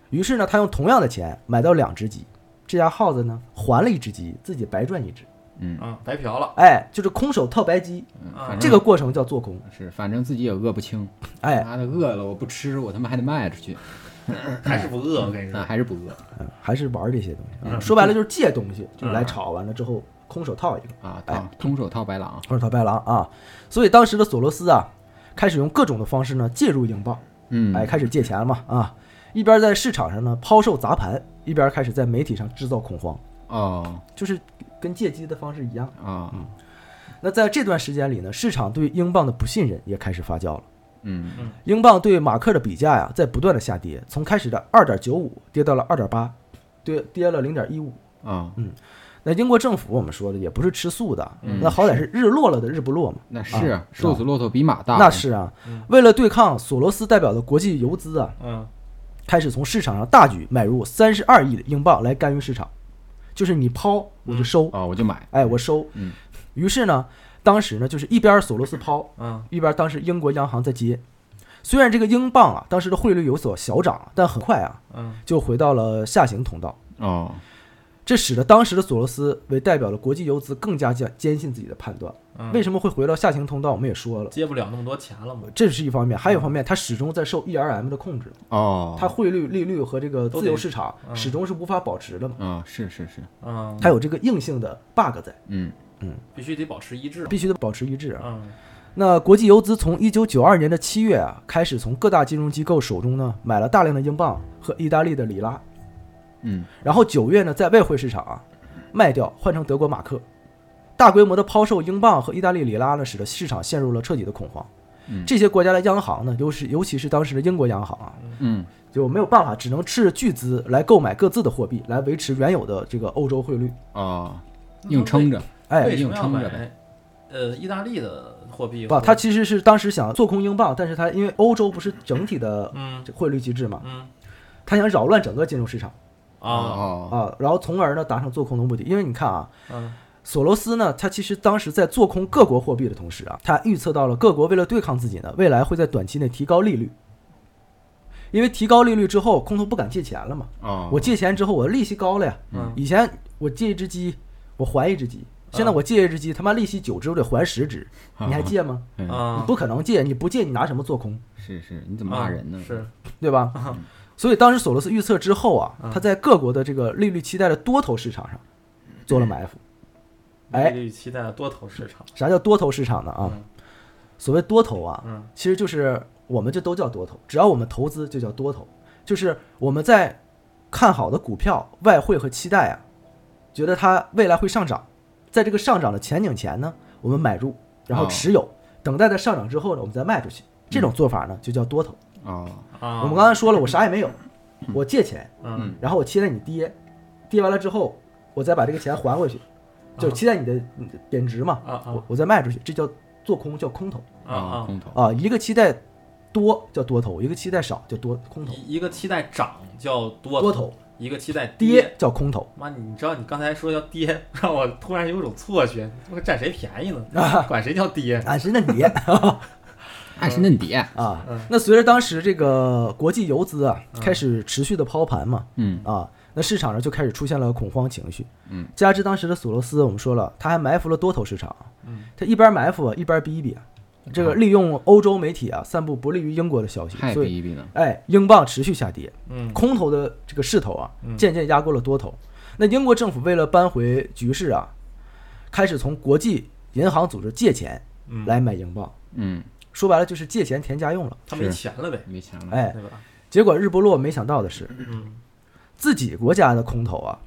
[SPEAKER 1] 于是呢，他用同样的钱买到两只鸡。这家耗子呢，还了一只鸡，自己白赚一只，
[SPEAKER 2] 嗯，
[SPEAKER 3] 嗯，白嫖了。
[SPEAKER 1] 哎，就是空手套白鸡，
[SPEAKER 2] 嗯
[SPEAKER 3] 啊
[SPEAKER 2] 反正
[SPEAKER 1] 这个过程叫做空，
[SPEAKER 2] 是，反正自己也饿不清，
[SPEAKER 1] 哎，
[SPEAKER 2] 妈的饿了我不吃，我他妈还得卖出去，
[SPEAKER 3] 还是不饿，我跟你
[SPEAKER 2] 那
[SPEAKER 3] 说。
[SPEAKER 2] 还是不饿
[SPEAKER 1] 嗯还是玩这些东西啊。
[SPEAKER 3] 嗯
[SPEAKER 1] 说白了就是借东西，就来炒，完了之后空手套一个，
[SPEAKER 2] 啊！套空手套白狼，
[SPEAKER 1] 空手套白狼啊。所以当时的索罗斯啊，开始用各种的方式呢介入英镑，
[SPEAKER 2] 嗯，
[SPEAKER 1] 哎，开始借钱了嘛啊，一边在市场上呢抛售砸盘，一边开始在媒体上制造恐慌，
[SPEAKER 2] 哦
[SPEAKER 1] 就是跟借机的方式一样。
[SPEAKER 2] 啊，
[SPEAKER 1] 那在这段时间里呢，市场对英镑的不信任也开始发酵了。
[SPEAKER 2] 嗯
[SPEAKER 1] 英镑对马克的比价呀，在不断的下跌，从开始的二点九五跌到了二点八，跌跌了零点一五。
[SPEAKER 2] 啊，
[SPEAKER 1] 那英国政府我们说的也不是吃素的，
[SPEAKER 3] 嗯
[SPEAKER 1] 那好歹是日落了的日不落嘛。
[SPEAKER 2] 那是瘦死骆驼比马大，
[SPEAKER 1] 啊那是啊
[SPEAKER 3] 嗯，
[SPEAKER 1] 为了对抗索罗斯代表的国际游资啊，
[SPEAKER 3] 嗯
[SPEAKER 1] 开始从市场上大举买入三十二亿的英镑来干预市场，就是你抛我就收，
[SPEAKER 2] 哦，我就买，
[SPEAKER 1] 哎，我收。
[SPEAKER 2] 嗯
[SPEAKER 1] 于是呢，当时呢就是一边索罗斯抛，
[SPEAKER 3] 嗯
[SPEAKER 1] 一边当时英国央行在接。虽然这个英镑啊当时的汇率有所小涨，但很快啊
[SPEAKER 3] 嗯
[SPEAKER 1] 就回到了下行通道。
[SPEAKER 2] 哦，
[SPEAKER 1] 这使得当时的索罗斯为代表的国际游资更加坚坚信自己的判断。
[SPEAKER 3] 嗯，
[SPEAKER 1] 为什么会回到下行通道？我们也说了，
[SPEAKER 3] 接不了那么多钱了嘛？
[SPEAKER 1] 这是一方面，还有一方面，它始终在受 ERM 的控制，
[SPEAKER 2] 哦，
[SPEAKER 1] 它汇率、利率和这个自由市场
[SPEAKER 3] 嗯
[SPEAKER 1] 始终是无法保持的嘛。
[SPEAKER 2] 啊，是是是，
[SPEAKER 3] 嗯，
[SPEAKER 1] 它有这个硬性的 bug 在，
[SPEAKER 2] 嗯
[SPEAKER 3] 必须得保持一致。
[SPEAKER 1] 必须得保持一致啊。
[SPEAKER 3] 嗯
[SPEAKER 1] 那国际游资从一九九二年的七月啊，开始从各大金融机构手中呢买了大量的英镑和意大利的里拉，
[SPEAKER 2] 嗯
[SPEAKER 1] 然后九月呢在外汇市场啊卖掉，换成德国马克。大规模的抛售英镑和意大利里拉呢，使得市场陷入了彻底的恐慌。
[SPEAKER 2] 嗯
[SPEAKER 1] 这些国家的央行呢，尤是尤其是当时的英国央行啊，
[SPEAKER 2] 嗯
[SPEAKER 1] 就没有办法，只能斥巨资来购买各自的货币，来维持原有的这个欧洲汇率。
[SPEAKER 2] 哦，硬撑着，
[SPEAKER 1] 哎，
[SPEAKER 3] 为什么要
[SPEAKER 2] 硬撑
[SPEAKER 3] 买
[SPEAKER 2] 着
[SPEAKER 3] 呃，意大利的货币
[SPEAKER 1] 不，
[SPEAKER 3] 和
[SPEAKER 1] 他其实是当时想做空英镑，但是他因为欧洲不是整体的
[SPEAKER 3] 嗯
[SPEAKER 1] 这汇率机制嘛，
[SPEAKER 3] 嗯
[SPEAKER 1] 他想扰乱整个金融市场
[SPEAKER 3] 啊
[SPEAKER 2] 哦
[SPEAKER 1] 啊，然后从而呢达成做空的目的。因为你看啊，
[SPEAKER 3] 嗯
[SPEAKER 1] 索罗斯呢，他其实当时在做空各国货币的同时啊，他预测到了各国为了对抗自己呢，未来会在短期内提高利率。因为提高利率之后，空头不敢借钱了嘛。
[SPEAKER 2] 哦，
[SPEAKER 1] 我借钱之后，我的利息高了呀。
[SPEAKER 3] 嗯
[SPEAKER 1] 以前我借一只鸡，我还一只鸡，现在我借一只鸡，他妈利息九只，我得还十只，你还借吗？
[SPEAKER 2] 嗯嗯
[SPEAKER 1] 你
[SPEAKER 3] 啊，
[SPEAKER 1] 不可能借，你不借你拿什么做空，
[SPEAKER 2] 是是，你怎么骂人呢？
[SPEAKER 3] 啊是
[SPEAKER 1] 对吧？
[SPEAKER 2] 嗯
[SPEAKER 1] 所以当时索罗斯预测之后啊，他在各国的这个利率期待的多头市场上做了埋伏。哎
[SPEAKER 3] 利率期待的多头市场
[SPEAKER 1] 啥叫多头市场呢？啊，
[SPEAKER 3] 嗯
[SPEAKER 1] 所谓多头啊，
[SPEAKER 3] 嗯
[SPEAKER 1] 其实就是我们这都叫多头，只要我们投资就叫多头，就是我们在看好的股票、外汇和期待啊，觉得它未来会上涨，在这个上涨的前景前呢，我们买入，然后
[SPEAKER 2] 哦嗯
[SPEAKER 1] 持有，等待它上涨之后呢，我们再卖出去。这种做法呢，就叫多头。
[SPEAKER 2] 哦，
[SPEAKER 3] 啊，
[SPEAKER 1] 我们刚才说了，我啥也没有， 我借钱，
[SPEAKER 3] 嗯
[SPEAKER 1] 然后我期待你跌，跌完了之后，我再把这个钱还回去，
[SPEAKER 2] 啊
[SPEAKER 1] 就期待你的你的贬值嘛，
[SPEAKER 3] 啊啊
[SPEAKER 1] 我我再卖出去，这叫做空，叫空头
[SPEAKER 3] 啊啊，
[SPEAKER 2] 哦空头
[SPEAKER 1] 啊。一个期待多叫多头，一个期待少叫多空头，
[SPEAKER 3] 一一个期待涨叫多
[SPEAKER 1] 多，头
[SPEAKER 3] 一个期待
[SPEAKER 1] 跌。叫空头。
[SPEAKER 3] 妈，你知道你刚才说要跌，让我突然有种错觉，我占谁便宜呢？ 管谁叫
[SPEAKER 2] 哎
[SPEAKER 3] 跌？
[SPEAKER 1] 啊，是嫩碟
[SPEAKER 2] 爱哎是嫩碟，
[SPEAKER 1] 啊
[SPEAKER 3] 嗯！
[SPEAKER 1] 那随着当时这个国际游资啊开始持续的抛盘嘛，
[SPEAKER 2] 嗯
[SPEAKER 1] 啊，那市场上就开始出现了恐慌情绪。
[SPEAKER 2] 嗯，
[SPEAKER 1] 加之当时的索罗斯，我们说了，他还埋伏了多头市场。啊
[SPEAKER 3] 嗯，
[SPEAKER 1] 他一边埋伏啊一边逼一逼啊，这个利用欧洲媒体啊散布不利于英国的消息，
[SPEAKER 2] 嗯太
[SPEAKER 1] 所以
[SPEAKER 2] 逼逼了，
[SPEAKER 1] 哎，英镑持续下跌，
[SPEAKER 3] 嗯
[SPEAKER 1] 空头的这个势头啊
[SPEAKER 3] 嗯
[SPEAKER 1] 渐渐压过了多头。那英国政府为了扳回局势啊，开始从国际银行组织借钱
[SPEAKER 3] 嗯，
[SPEAKER 1] 来买英镑，
[SPEAKER 2] 嗯，
[SPEAKER 1] 说白了就是借钱填家用了。
[SPEAKER 3] 他没钱了呗，
[SPEAKER 2] 没钱了，
[SPEAKER 1] 哎，
[SPEAKER 3] 对吧？
[SPEAKER 1] 结果日不落没想到的是，
[SPEAKER 3] 嗯，
[SPEAKER 1] 自己国家的空头啊，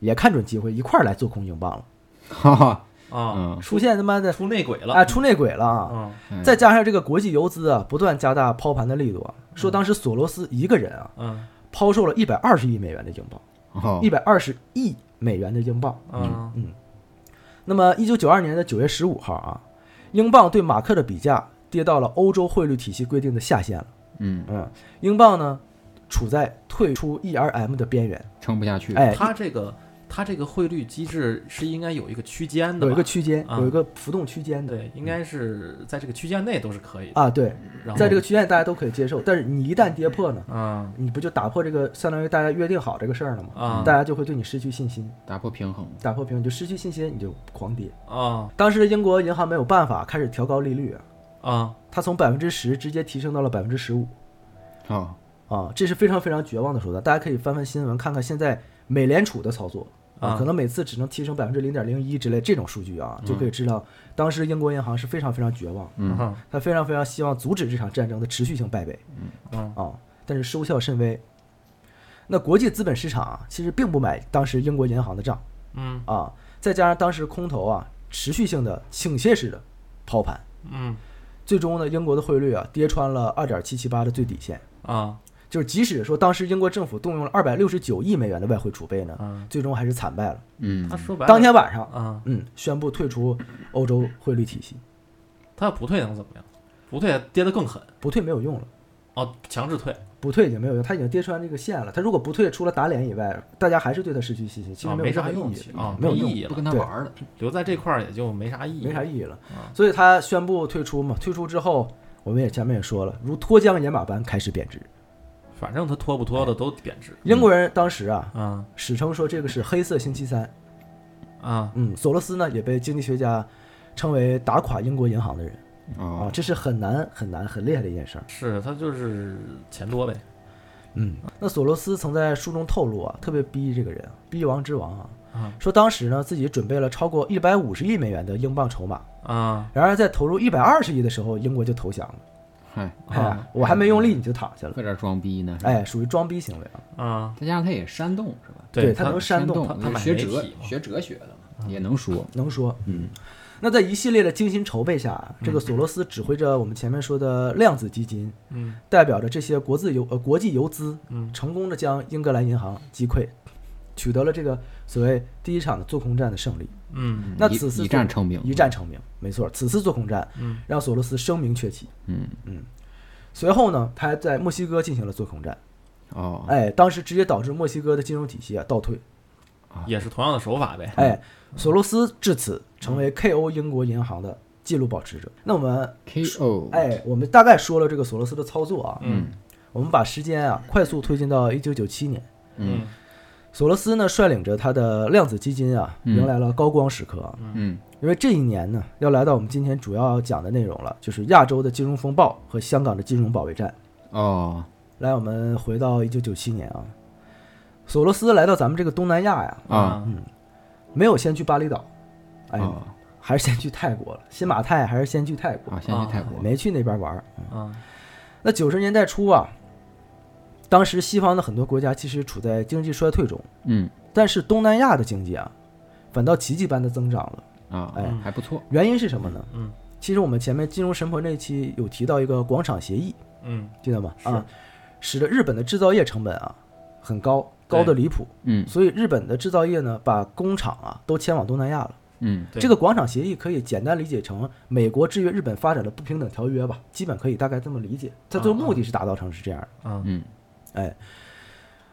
[SPEAKER 1] 也看准机会一块儿来做空英镑了，
[SPEAKER 2] 哈哈，
[SPEAKER 3] 啊，
[SPEAKER 2] 嗯，
[SPEAKER 1] 出现他妈的
[SPEAKER 3] 出内鬼了
[SPEAKER 1] 啊出内鬼了啊！
[SPEAKER 3] 啊！
[SPEAKER 2] 哎
[SPEAKER 1] 再加上这个国际游资啊不断加大抛盘的力度啊，说当时索罗斯一个人啊
[SPEAKER 3] 嗯
[SPEAKER 1] 抛售了一百二十亿美元的英镑，
[SPEAKER 2] 哦
[SPEAKER 1] 一，百二十亿美元的英镑。
[SPEAKER 3] 嗯
[SPEAKER 1] 那么，一九九二年的九月十五号啊，英镑对马克的比价跌到了欧洲汇率体系规定的下限了。
[SPEAKER 2] 嗯，
[SPEAKER 1] 嗯，英镑呢处在退出 ERM 的边缘，
[SPEAKER 2] 撑不下去，
[SPEAKER 1] 哎，
[SPEAKER 3] 他这个他这个汇率机制是应该有一个区间的吧，
[SPEAKER 1] 有一个区间，
[SPEAKER 3] 啊
[SPEAKER 1] 有一个浮动区间的
[SPEAKER 3] 对，应该是在这个区间内都是可以的。
[SPEAKER 1] 啊，对，
[SPEAKER 3] 然后
[SPEAKER 1] 在这个区间大家都可以接受，但是你一旦跌破呢，
[SPEAKER 3] 嗯
[SPEAKER 1] 你不就打破这个相当于大家约定好这个事儿了吗？
[SPEAKER 3] 啊
[SPEAKER 1] 大家就会对你失去信心，
[SPEAKER 2] 打破平衡，
[SPEAKER 1] 打破平衡就失去信心，你就狂跌。
[SPEAKER 3] 啊
[SPEAKER 1] 当时英国银行没有办法，开始调高利率啊，
[SPEAKER 3] 啊
[SPEAKER 1] 它从百分之十直接提升到了百分之十五。
[SPEAKER 2] 哦，
[SPEAKER 1] 啊，这是非常非常绝望的手段。大家可以翻翻新闻，看看现在美联储的操作
[SPEAKER 3] 啊
[SPEAKER 1] 可能每次只能提升百分之零点零一之类这种数据啊，就可以知道当时英国银行是非常非常绝望，
[SPEAKER 3] 嗯
[SPEAKER 1] 他非常非常希望阻止这场战争的持续性败北
[SPEAKER 3] 嗯
[SPEAKER 1] 啊，但是收效甚微。那国际资本市场啊，其实并不买当时英国银行的账
[SPEAKER 3] 嗯
[SPEAKER 1] 啊，再加上当时空头啊持续性的倾斜式的抛盘，
[SPEAKER 3] 嗯
[SPEAKER 1] 最终呢，英国的汇率啊跌穿了二点七七八的最底线。
[SPEAKER 3] 啊
[SPEAKER 1] 就是即使说当时英国政府动用了二百六十九亿美元的外汇储备呢，
[SPEAKER 3] 嗯，
[SPEAKER 1] 最终还是惨败了。
[SPEAKER 2] 嗯
[SPEAKER 3] 他，说白了，
[SPEAKER 1] 当天晚上，
[SPEAKER 3] 啊，
[SPEAKER 1] 嗯，宣布退出欧洲汇率体系，
[SPEAKER 3] 他要不退能怎么样？不退跌得更狠
[SPEAKER 1] 不退没有用了，
[SPEAKER 3] 哦，强制退
[SPEAKER 1] 不退已经没有用，他已经跌穿这个线了。他如果不退，除了打脸以外，大家还是对他失去信心，其
[SPEAKER 3] 啊，
[SPEAKER 1] 实
[SPEAKER 3] 没
[SPEAKER 1] 有任
[SPEAKER 3] 啥
[SPEAKER 1] 何
[SPEAKER 3] 用
[SPEAKER 1] 意
[SPEAKER 3] 其
[SPEAKER 1] 义
[SPEAKER 3] 实，啊，
[SPEAKER 1] 没有
[SPEAKER 3] 意
[SPEAKER 1] 用
[SPEAKER 3] 义
[SPEAKER 2] 不
[SPEAKER 3] 了，
[SPEAKER 2] 跟他
[SPEAKER 1] 对
[SPEAKER 2] 玩儿了，
[SPEAKER 3] 留在这块儿也就没啥意义，
[SPEAKER 1] 没啥意义了
[SPEAKER 3] 啊。
[SPEAKER 1] 所以他宣布退出嘛，退出之后，我们也前面也说了，如脱缰野马般开始贬值。
[SPEAKER 3] 反正他拖不拖的都贬值。
[SPEAKER 1] 英国人当时啊，
[SPEAKER 3] 啊
[SPEAKER 1] 史称说这个是黑色星期三。
[SPEAKER 3] 啊
[SPEAKER 1] 嗯，索罗斯呢也被经济学家称为打垮英国银行的人。啊，
[SPEAKER 2] 哦，
[SPEAKER 1] 这是很难很难很厉害的一件事儿。
[SPEAKER 3] 是他就是钱多呗，
[SPEAKER 1] 嗯，那索罗斯曾在书中透露啊，特别逼这个人，逼王之王啊，
[SPEAKER 3] 啊
[SPEAKER 1] 说当时呢自己准备了超过一百五十亿美元的英镑筹码，
[SPEAKER 3] 啊
[SPEAKER 1] 然而在投入一百二十亿的时候，英国就投降了。
[SPEAKER 2] 嗨，
[SPEAKER 1] 哎呀，我还没用力你就躺下了，
[SPEAKER 2] 快点装逼呢，
[SPEAKER 1] 哎，属于装逼行为啊。
[SPEAKER 3] 啊，
[SPEAKER 2] 再加上他也煽动是吧？
[SPEAKER 1] 对
[SPEAKER 3] 他
[SPEAKER 1] 他能煽动
[SPEAKER 3] 他他买
[SPEAKER 2] 学
[SPEAKER 3] 媒
[SPEAKER 2] 哲
[SPEAKER 3] 体嘛
[SPEAKER 2] 学哲学的嘛，也能说，
[SPEAKER 1] 能说，嗯。那在一系列的精心筹备下啊，这个索罗斯指挥着我们前面说的量子基金，
[SPEAKER 3] 嗯
[SPEAKER 1] 代表着这些国资游呃国际游资，
[SPEAKER 3] 嗯
[SPEAKER 1] 成功的将英格兰银行击溃，取得了这个所谓第一场的做空战的胜利。
[SPEAKER 3] 嗯
[SPEAKER 1] 那
[SPEAKER 2] 一
[SPEAKER 1] 此次
[SPEAKER 2] 一
[SPEAKER 1] 做
[SPEAKER 2] 战成名，
[SPEAKER 1] 一战成名，没错，此次做空战
[SPEAKER 3] 嗯
[SPEAKER 1] 让索罗斯声名鹊起。
[SPEAKER 2] 嗯，
[SPEAKER 1] 随后呢，他还在墨西哥进行了做空战，
[SPEAKER 2] 哦，
[SPEAKER 1] 哎，当时直接导致墨西哥的金融体系啊倒退，
[SPEAKER 3] 也是同样的手法呗，
[SPEAKER 1] 哎，索罗斯至此成为 KO 英国银行的记录保持者。那我们
[SPEAKER 2] KO，
[SPEAKER 1] 哎，我们大概说了这个索罗斯的操作啊，
[SPEAKER 3] 嗯
[SPEAKER 1] 我们把时间啊快速推进到一九九七年，
[SPEAKER 2] 嗯，
[SPEAKER 1] 索罗斯呢率领着他的量子基金啊，
[SPEAKER 2] 嗯
[SPEAKER 1] 迎来了高光时刻啊。
[SPEAKER 2] 嗯
[SPEAKER 1] 因为这一年呢，要来到我们今天主要讲的内容了，就是亚洲的金融风暴和香港的金融保卫战。
[SPEAKER 2] 哦，
[SPEAKER 1] 来，我们回到一九九七年啊，索罗斯来到咱们这个东南亚呀，
[SPEAKER 3] 嗯
[SPEAKER 2] 啊
[SPEAKER 1] 没有先去巴厘岛，哎，
[SPEAKER 2] 哦
[SPEAKER 1] 还是先去泰国了，新马泰还是先去泰国，
[SPEAKER 2] 啊，先去泰国，
[SPEAKER 1] 没去那边玩儿。
[SPEAKER 3] 啊
[SPEAKER 1] 那九十年代初啊，当时西方的很多国家其实处在经济衰退中，
[SPEAKER 2] 嗯
[SPEAKER 1] 但是东南亚的经济啊，反倒奇迹般的增长了。
[SPEAKER 2] 啊
[SPEAKER 1] 哎，
[SPEAKER 2] 还不错，
[SPEAKER 1] 原因是什么呢？
[SPEAKER 3] 嗯
[SPEAKER 1] 其实我们前面金融神婆那期有提到一个广场协议，
[SPEAKER 3] 嗯
[SPEAKER 1] 记得吗？
[SPEAKER 3] 是
[SPEAKER 1] 啊，使得日本的制造业成本啊很高，高的离谱，
[SPEAKER 2] 嗯
[SPEAKER 1] 所以日本的制造业呢把工厂啊都迁往东南亚了。
[SPEAKER 2] 嗯
[SPEAKER 3] 对
[SPEAKER 1] 这个广场协议可以简单理解成美国制约日本发展的不平等条约吧，基本可以大概这么理解。它最后目的是达到成是这样的。
[SPEAKER 3] 啊
[SPEAKER 2] 嗯
[SPEAKER 1] 哎，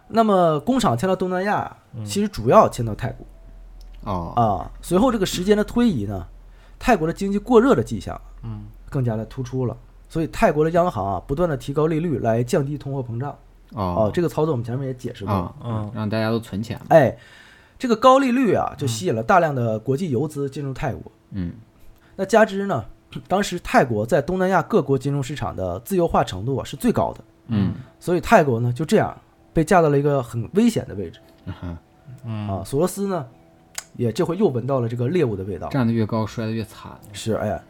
[SPEAKER 1] 那么工厂迁到东南亚，
[SPEAKER 3] 嗯
[SPEAKER 1] 其实主要迁到泰国、
[SPEAKER 2] 哦
[SPEAKER 1] 啊。随后这个时间的推移呢，泰国的经济过热的迹象
[SPEAKER 3] 嗯
[SPEAKER 1] 更加的突出了。所以泰国的央行啊，不断的提高利率来降低通货膨胀。哦，
[SPEAKER 2] 哦
[SPEAKER 1] 这个操作我们前面也解释过。
[SPEAKER 2] 啊
[SPEAKER 3] 嗯
[SPEAKER 2] 让大家都存钱嘛，
[SPEAKER 1] 哎，这个高利率啊，就吸引了大量的国际游资进入泰国。
[SPEAKER 2] 嗯
[SPEAKER 1] 那加之呢， 当时泰国在东南亚各国金融市场的自由化程度啊是最高的，
[SPEAKER 2] 嗯
[SPEAKER 1] 所以泰国呢就这样被架到了一个很危险的位置
[SPEAKER 2] 啊
[SPEAKER 3] 嗯
[SPEAKER 1] 啊。索罗斯呢，也这回又闻到了这个猎物的味道。
[SPEAKER 2] 站得越高摔得越惨，
[SPEAKER 1] 是，哎呀，